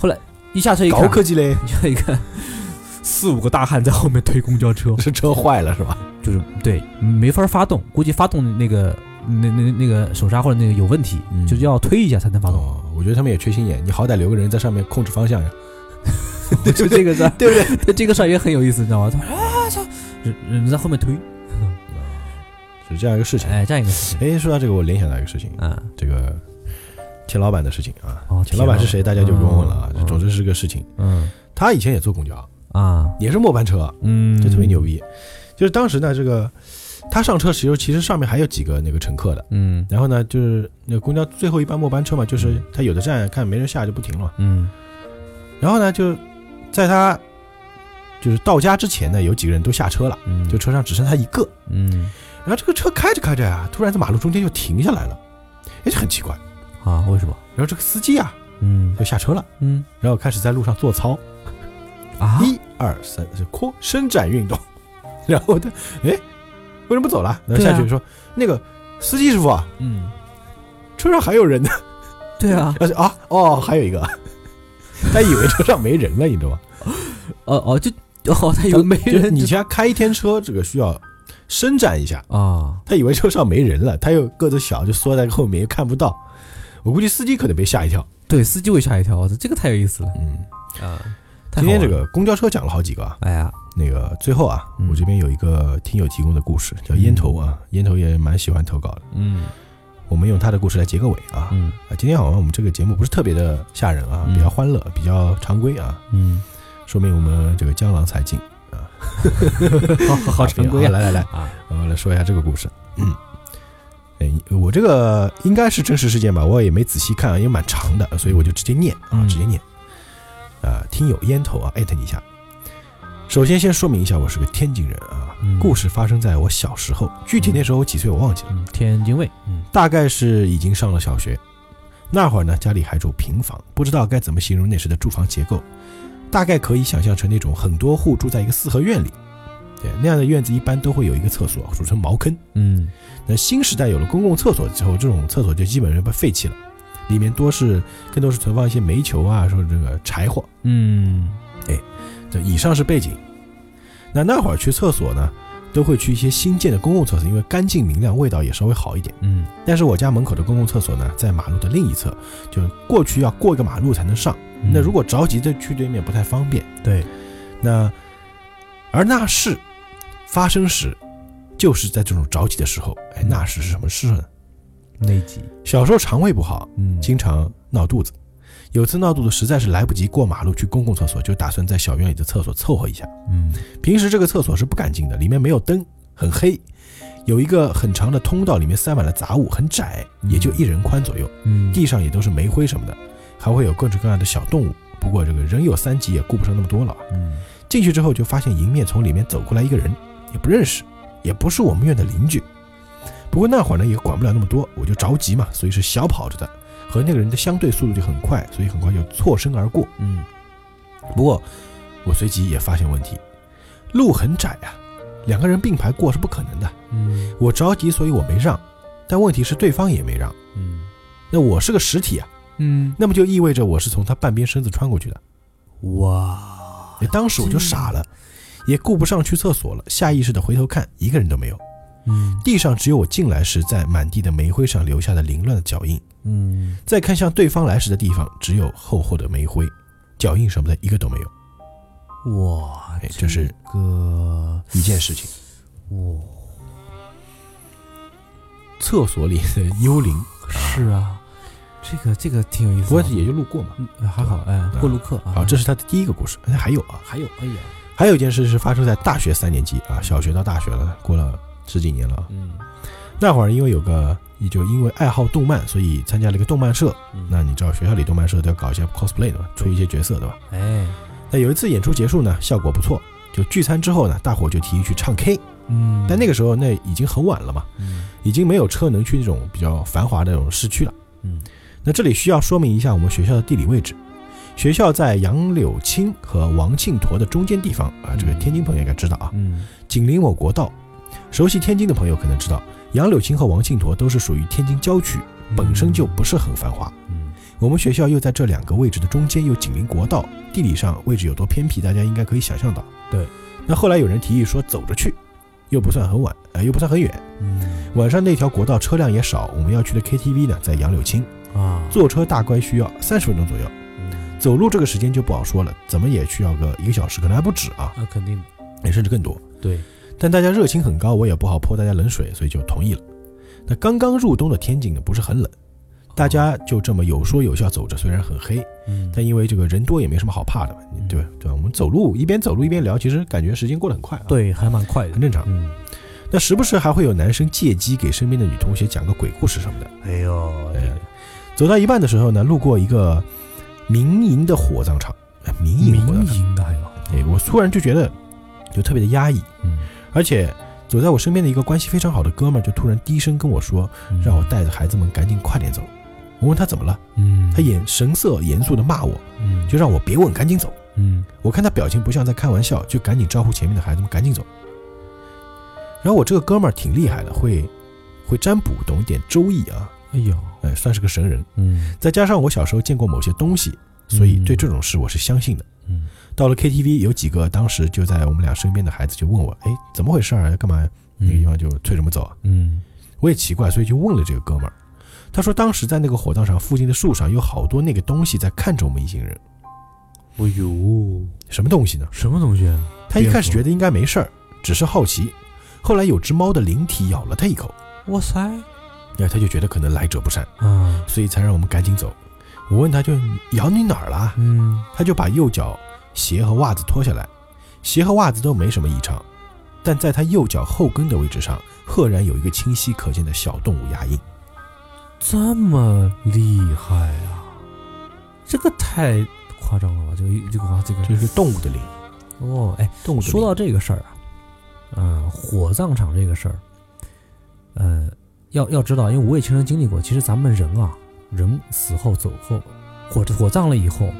后来一下车一
搞
看，
科技嘞，
就一看 四五个大汉在后面推公交 车，
是车坏了是吧？
就是对没法发动，估计发动那个那那那个手刹或者那个有问题，
嗯
就是要推一下才能发动。
哦，我觉得他们也缺心眼，你好歹留个人在上面控制方向呀。
就这个事儿，对不对？这个事儿也很有意思，你知道吗？他说啊操，人人在后面推，
是这样一个事情。
哎，这样一个事情
哎，说到这个，我联想到一个事情，
啊。
这个钱老板的事情啊。
哦，
钱老板是谁，大家就不用问了啊
嗯。
总之是个事情，
嗯
他以前也坐公交，
啊，
也是末班车，
嗯，
就特别牛，逼。就是当时呢，这个他上车时候，其实上面还有几个那个乘客的。
嗯
然后呢，就是那个公交最后一班末班车嘛，就是他有的站看没人下就不停了嘛。
嗯
然后呢，就在他就是到家之前呢，有几个人都下车了，
嗯，
就车上只剩他一个。
嗯
然后这个车开着开着啊，突然在马路中间就停下来了，哎，就很奇怪。
啊，为什么？
然后这个司机啊
嗯
就下车了，
嗯
然后开始在路上做操，
啊，
一二三是扩伸展运动， 然后他哎为什么不走了？然后
对啊
下去说、那个司机师傅啊，
嗯，
车上还有人呢。
对啊，
而且啊哦还有一个， 他以为车上没人了，你 知道吗？
哦哦，就哦，他以为没
就是
人
你
就
家开一天车，这个需要伸展一下。
啊，
他以为车上没人了，他又个子小，就缩在后面又看不到。我估计司机可能被吓一跳。
对，司机会吓一跳，这个太有意思了
嗯，
啊！太
今
好
天
玩
这
了，
个公交车讲了好几个啊，
哎呀，
那个最后啊，
嗯
我这边有一个听友提供的故事，叫烟头啊，烟头也蛮喜欢投稿的。
嗯
我们用他的故事来结个尾啊。
嗯
啊，今天好像我们这个节目不是特别的吓人啊，
嗯
比较欢乐，比较常规啊，
嗯，
说明我们这个江郎才尽。
好好好，常规
啊
啊
来来来，
啊，
我们来说一下这个故事。嗯，哎，我这个应该是真实事件吧，我也没仔细看啊，也蛮长的，所以我就直接念啊，
嗯
直接念。啊，听友烟头啊，艾特你一下。首先，先说明一下，我是个天津人啊。
嗯
故事发生在我小时候，具体那时候我几岁我忘记了，
嗯，天津卫，嗯
大概是已经上了小学。那会儿呢，家里还住平房，不知道该怎么形容那时的住房结构，大概可以想象成那种很多户住在一个四合院里。对，那样的院子一般都会有一个厕所，俗称茅坑。
嗯
那新时代有了公共厕所之后，这种厕所就基本上被废弃了，里面多是更多是存放一些煤球啊，说这个柴火。
嗯
这以上是背景。那那会儿去厕所呢，都会去一些新建的公共厕所，因为干净明亮，味道也稍微好一点。
嗯
但是我家门口的公共厕所呢，在马路的另一侧，就是过去要过一个马路才能上。
嗯
那如果着急的去对面不太方便。
对，
那而那事发生时，就是在这种着急的时候。
嗯
哎，那时是什么事呢？
内急，
小时候肠胃不好，
嗯
经常闹肚子。有次闹肚子实在是来不及过马路去公共厕所，就打算在小院里的厕所凑合一下。
嗯
平时这个厕所是不干净的，里面没有灯，很黑，有一个很长的通道，里面塞满了杂物，很窄，也就一人宽左右，
嗯
地上也都是煤灰什么的，还会有各种各样的小动物。不过这个人有三急，也顾不上那么多了。
嗯
进去之后就发现迎面从里面走过来一个人，也不认识，也不是我们院的邻居。不过那会儿呢也管不了那么多，我就着急嘛，所以是小跑着的，和那个人的相对速度就很快，所以很快就错身而过。
嗯
不过我随即也发现问题，路很窄啊，两个人并排过是不可能的。
嗯
我着急，所以我没让，但问题是对方也没让。
嗯
那我是个实体啊，
嗯，
那么就意味着我是从他半边身子穿过去的。
哇，
哎当时我就傻了，也顾不上去厕所了，下意识的回头看，一个人都没有。
嗯
地上只有我进来时在满地的煤灰上留下的凌乱的脚印，
嗯
再看向对方来时的地方，只有厚厚的煤灰，脚印什么的一个都没有。
哇
哎，这是
个
一件事情，
哇，
厕所里的幽灵，
是啊，这个这个挺有意思的，啊
不过也就路过嘛。
嗯还好哎，过路客啊，
好，这是他的第一个故事。哎，还有啊，
还有哎呀，
还有一件事是发生在大学三年级啊，小学到大学了，过了十几年了啊。
嗯
那会儿因为有个，也就因为爱好动漫，所以参加了一个动漫社。
嗯
那你知道学校里动漫社都要搞一些 cosplay 的嘛，出一些角色对吧？
哎
那有一次演出结束呢，效果不错，就聚餐之后呢，大伙就提议去唱 K。
嗯，
但那
个
个时候那已经很晚了嘛，
嗯
已经没有车能去那种比较繁华的那种市区了。
嗯
那这里需要说明一下我们学校的地理位置。学校在杨柳青和王庆坨的中间地方啊，这个天津朋友应该知道啊，
嗯
紧邻我国道。熟悉天津的朋友可能知道，杨柳青和王庆坨都是属于天津郊区，本身就不是很繁华。
嗯
我们学校又在这两个位置的中间，又紧邻国道，地理上位置有多偏僻，大家应该可以想象到。
对，
那后来有人提议说走着去，又不算很晚，呃，又不算很远。
嗯
晚上那条国道车辆也少，我们要去的 KTV 呢在杨柳青，
啊，
坐车大概需要三十分钟左右，
嗯
走路这个时间就不好说了，怎么也需要个一个小时，可能还不止啊，
那肯定的
也甚至更多。
对，
但大家热情很高，我也不好泼大家冷水，所以就同意了。那刚刚入冬的天津呢，不是很冷，大家就这么有说有笑走着，虽然很黑，
嗯
但因为这个人多也没什么好怕的嘛，你对吧？对吧？我们走路一边走路一边聊，其实感觉时间过得很快、啊，，
对，还蛮快的
很，正常。
嗯，
那时不时还会有男生借机给身边的女同学讲个鬼故事什么的。
哎呦，
哎，走到一半的时候呢，路过一个民营的火葬场，哎民营火葬场，
营的还有，
哎，我突然就觉得就特别的压抑，
嗯，
而且走在我身边的一个关系非常好的哥们儿就突然低声跟我说，让我带着孩子们赶紧快点走。我问他怎么了，
嗯，
他眼神色严肃的骂我，
嗯
就让我别问，赶紧走。
嗯
我看他表情不像在开玩笑，就赶紧招呼前面的孩子们赶紧走。然后我这个哥们儿挺厉害的，会会占卜，懂一点周易啊，
哎呦，
哎，算是个神人。
嗯
再加上我小时候见过某些东西，所以对这种事我是相信的。
嗯
到了 KTV，有几个当时就在我们俩身边的孩子就问我，哎，怎么回事啊？干嘛呀？那个地方就催什么走啊？
嗯
我也奇怪，所以就问了这个哥们儿。他说当时在那个火葬场附近的树上有好多那个东西在看着我们一行人，
哎呦，
什么东西呢？
什么东西？啊
他一开始
蝙蝠
觉得应该没事儿，只是好奇。后来有只猫的灵体咬了他一口，
哇塞
那他就觉得可能来者不善，
啊，
所以才让我们赶紧走。我问他就你咬你哪儿了啊？
嗯
他就把右脚鞋和袜子脱下来，鞋和袜子都没什么异常，但在他右脚后跟的位置上，赫然有一个清晰可见的小动物牙印。
这么厉害啊！这个太夸张了吧？这个这个这
这
个
是动物的灵，
哦，哎，
动物的灵
说到这个事儿啊，嗯、火葬场这个事儿，呃，要要知道，因为我也亲身经历过。其实咱们人啊，人死后走后，火火葬了以后，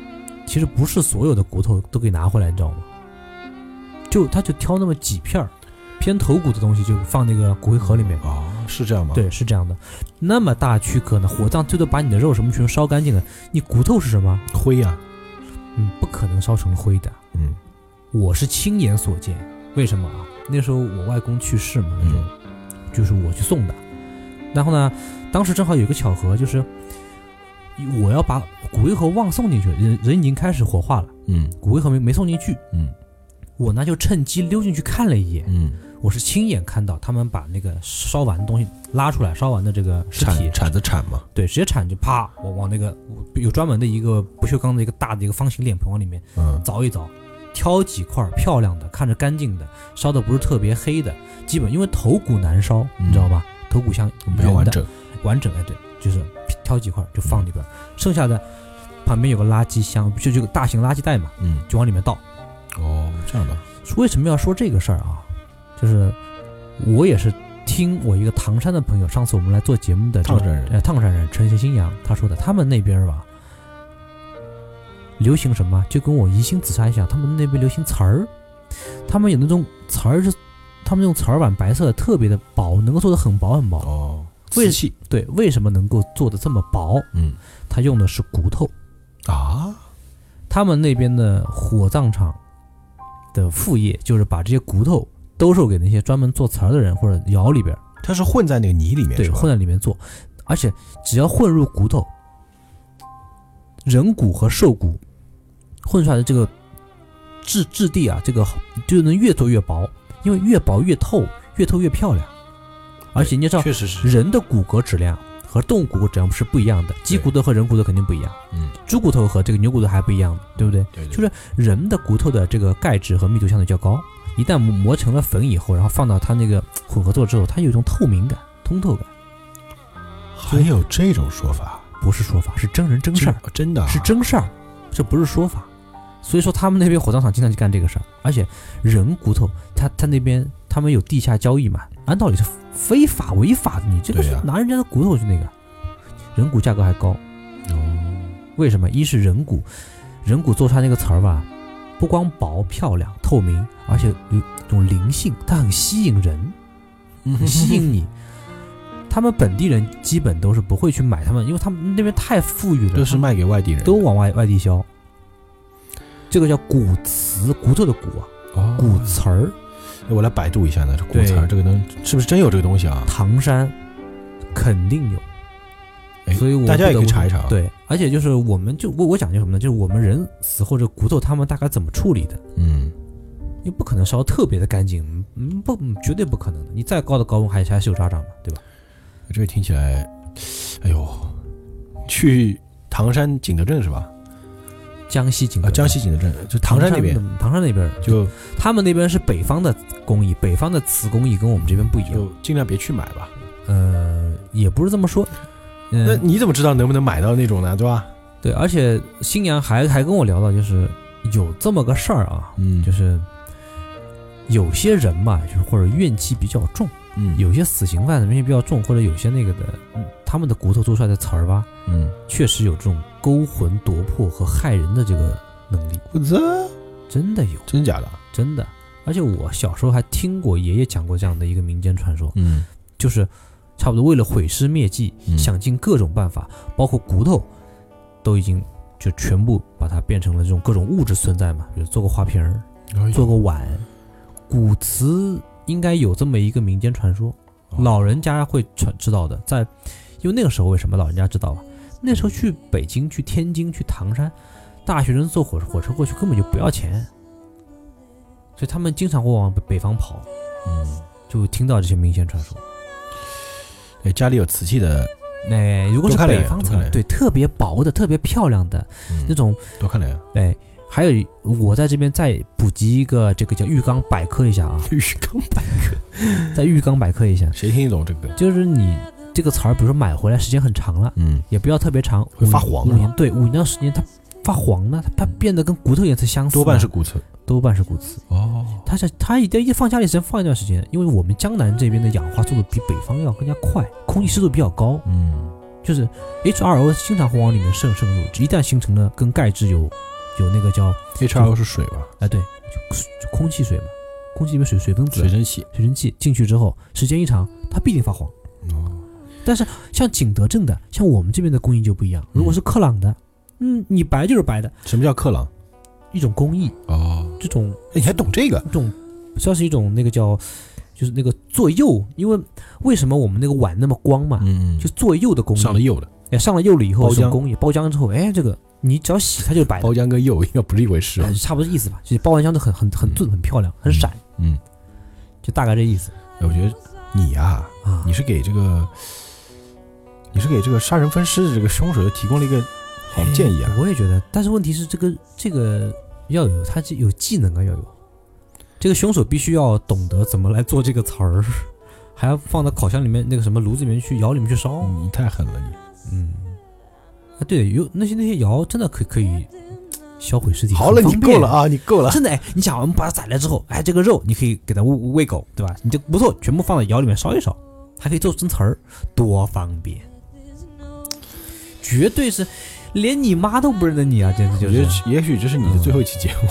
其实不是所有的骨头都给拿回来，你知道吗？就他就挑那么几片儿偏头骨的东西，就放那个骨灰盒里面。
哦，是这样吗？，
对，是这样的。那么大躯壳呢？火葬最多把你的肉什么全烧干净了，你骨头是什么？
灰呀、
嗯，不可能烧成灰的。
嗯
我是亲眼所见。为什么啊？那时候我外公去世嘛，那时候
嗯
就是我去送的。然后呢，当时正好有个巧合，就是我要把骨灰盒忘送进去，人人已经开始火化了，
嗯
骨灰盒没没送进去，
嗯
我呢就趁机溜进去看了一眼。
嗯，
我是亲眼看到他们把那个烧完的东西拉出来，烧完的这个尸
铲
体，
铲子铲嘛，
对，直接铲就啪，我往那个有专门的一个不锈钢的一个大的一个方形脸盆往里面
嗯
凿一凿，挑几块漂亮的、看着干净的，烧的不是特别黑的，基本因为头骨难烧，
嗯
你知道吧？头骨像
比较
圆
完
的
整，
完整，哎，对，就是挑几块就放里边，剩下的旁边有个垃圾箱，就这个大型垃圾袋嘛，
嗯，
就往里面倒。
哦，这样的，
为什么要说这个事儿啊？就是我也是听我一个唐山的朋友，上次我们来做节目的这个
唐山人
呃，唐山人陈新阳他说的，他们那边儿吧，流行什么，就跟我宜兴紫砂一样，他们那边流行瓷儿，他们有那种瓷儿是，他们用瓷儿碗白色的，特别的薄，能够做的很薄很薄。
哦，
为
瓷器，
对，为什么能够做的这么薄？
嗯
他用的是骨头。
啊，
他们那边的火葬场的副业就是把这些骨头兜售给那些专门做瓷儿的人或者窑里边儿，
它是混在那个泥里面，
对，
是吧
混在里面做，而且只要混入骨头，人骨和兽骨混出来的这个质质地啊，这个就能越做越薄，因为越薄越透，越透越漂亮，而且你也知道
确实是，
人的骨骼质量。和动物骨骼质量是不一样的，鸡
对
骨头和人骨头肯定不一样，
嗯，
猪骨头和这个牛骨头还不一样，对不对？
对对
就是人的骨头的这个钙质和密度相对较高，一旦磨磨成了粉以后，然后放到它那个混合做之后，它有一种透明感、通透感，
还有这种说法，
不是说法，是真人真事儿，
真真的啊
是真事儿，这不是说法。所以说他们那边火葬场经常去干这个事儿，而且人骨头，他他那边他们有地下交易嘛，按道理是非法违法的，你这个
对
是
呀
拿人家的骨头去那个，人骨价格还高，
哦，
为什么？一是人骨，人骨做出来那个词儿吧，不光薄漂亮透明，而且有种灵性，它很吸引人，
嗯
很 吸引你。他们本地人基本都是不会去买他们，因为他们那边太富裕了，
都是
他们
卖给外地人的，
都往外外地销。这个叫骨瓷，骨头的骨啊，
哦
骨瓷儿，
哎我来百度一下呢，这骨
对
瓷儿这个东西是不是真有这个东西啊？
唐山肯定有。
哎
所以我
大家也
不得
可以
不
查一查啊。
对，而且就是我们就我我讲究什么呢？就是我们人死后这骨头，他们大概怎么处理的？
嗯，
你不可能烧得特别的干净，嗯，不，嗯绝对不可能的。你再高的高温还是还是有渣渣嘛，对吧？
这个听起来，哎呦，去唐山景德镇是吧？
江西景德
啊，
镇、
江西景德镇，就唐
唐
山那边，
的，唐山那边儿
就
他们那边是北方的工艺，北方的瓷工艺跟我们这边不一样。
就尽量别去买吧。
呃，也不是这么说，嗯、
那你怎么知道能不能买到那种呢？对吧？
对，而且新娘还还跟我聊到，就是有这么个事儿啊，
嗯
就是有些人嘛，就是或者怨气比较重，
嗯
有些死刑犯的怨气比较重，或者有些那个的，嗯他们的骨头做出来的瓷儿吧，
嗯，
确实有这种勾魂夺魄和害人的这个能力，
我这
真的有，
真假的？
真的。而且我小时候还听过爷爷讲过这样的一个民间传说，
嗯
就是差不多为了毁尸灭迹，
嗯
想尽各种办法，包括骨头，都已经就全部把它变成了这种各种物质存在嘛，比如做个花瓶儿，
嗯
做个碗，古瓷应该有这么一个民间传说，老人家会传知道的，在因为那个时候为什么老人家知道啊？那时候去北京、去天津、去唐山，大学生坐火火车过去根本就不要钱，所以他们经常会往北方跑，
嗯，
就听到这些民间传说。
哎，家里有瓷器的，
那、哎如果是
多看了一
北
眼
方
多
才
看了一眼
对特别薄的、特别漂亮的
嗯
那种，
多看两眼。
哎，还有我在这边再补集一个这个叫浴缸百科一下 啊，
浴缸摆，
在浴缸百科一下，
谁听得懂这个？
就是你这个词儿，比如说买回来时间很长了，
嗯，
也不要特别长，
会发
五
黄啊
五
的
年对，五年到十年它发黄了，它它变得跟骨头颜色相似
多
了，
半是骨瓷。
多半是骨刺。
哦，
它是它一定一放家里时间放一段时间，因为我们江南这边的氧化速度比北方要更加快，空气湿度比较高，
嗯，
就是 HRO 经常会往里面渗渗入，一旦形成了跟钙质有有那个叫
HRO 是水吧？
哎对，就就空气水嘛，空气里面水水分子啊
水蒸气。
水蒸气进去之后，时间一长，它必定发黄。
哦，
但是像景德镇的，像我们这边的工艺就不一样。如果是克朗的，嗯，你白就是白的，
什么叫克朗？
一种工艺，
哦，
这种
哎你还懂这个？
一种算是一种那个叫，就是那个做釉，因为为什么我们那个碗那么光嘛，
嗯
就做釉的工艺，
上了釉的，
哎上了釉了以后，
包浆
这种工艺包浆之后，哎，这个你只要洗它就是白的
包，浆跟釉应该不是一回事啊
哎。差不多意思吧，就是包完浆的很很很俊，很漂亮，很闪，
嗯，
就大概这意思
哎我觉得你呀，
啊
你。是给这个，你是给这个杀人分尸的这个凶手提供了一个好的建议啊。
哎我也觉得，但是问题是这个这个要有他这有技能啊，要有。这个凶手必须要懂得怎么来做这个词儿， 还要放到烤箱里面那个什么炉子里面去窑里面去烧。
你太狠了，你
嗯，啊对，有那些那些窑真的可以可以销毁尸体，
好了，
很
你
方便
够了！啊，你够了。
真的哎，你想我们把它宰了之后，哎，这个肉你可以给它喂喂狗，对吧？你这不错，全部放在窑里面烧一烧，还可以做成词儿，多方便！绝对是，连你妈都不认得你啊，简直
我
就
觉
是
得。也许这是你的最后一期节目。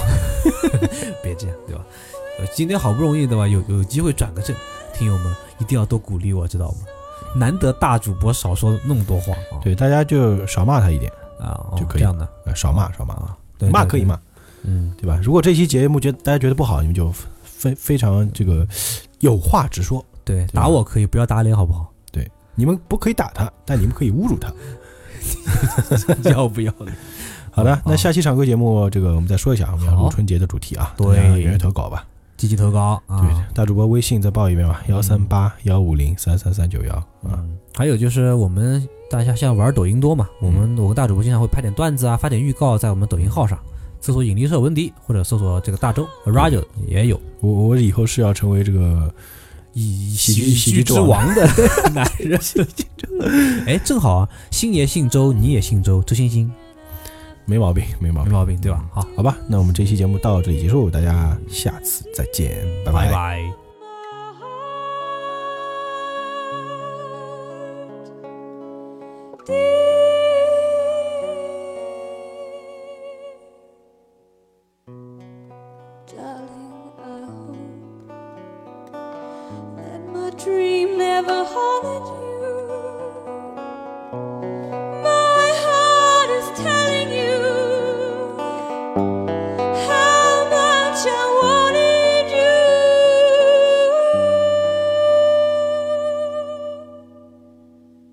别这样，对吧？呃，今天好不容易对吧，有有机会转个正，听友们一定要多鼓励我，知道吗？难得大主播少说那么多话啊，
对，大家就少骂他一点，
啊，哦
就可以
这样的，
呃少骂少骂啊，
对
骂可以，骂，
对对嗯，
对吧？如果这期节目觉得大家觉得不好，你们就非非常这个有话直说。
对，
吧
打我可以，不要打脸好不 好？
你们不可以打他，但你们可以侮辱他。
要不要脸？
好的，那
好
下期常规节目这个我们再说一下，我们要录
好
春节的主题啊，
对
大家踊跃投稿吧。嗯
积极投稿啊！
对，大主播微信再报一遍吧，幺三八幺五零三三三九幺啊。
嗯，还有就是我们大家现在玩抖音多嘛，我们我跟大主播经常会拍点段子啊，发点预告在我们抖音号上，搜索“引力社文迪”或者搜索这个大周 Radio 也有。
我我以后是要成为这个
以
喜剧喜
喜
剧
剧
之
之王 的男人，喜剧之王。哎，正好啊，星爷姓周，你也姓周，周星星，
没毛病，没毛
没
病，
毛病对吧？好，
好吧？那我们这期节目到这里结束，大家下次再见，拜
拜
拜
拜
Darling, I hope that my dream never haunted you. My heart is telling you how much I wanted you.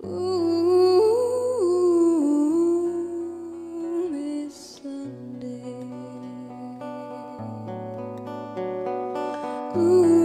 Gloomy Sunday. Ooh.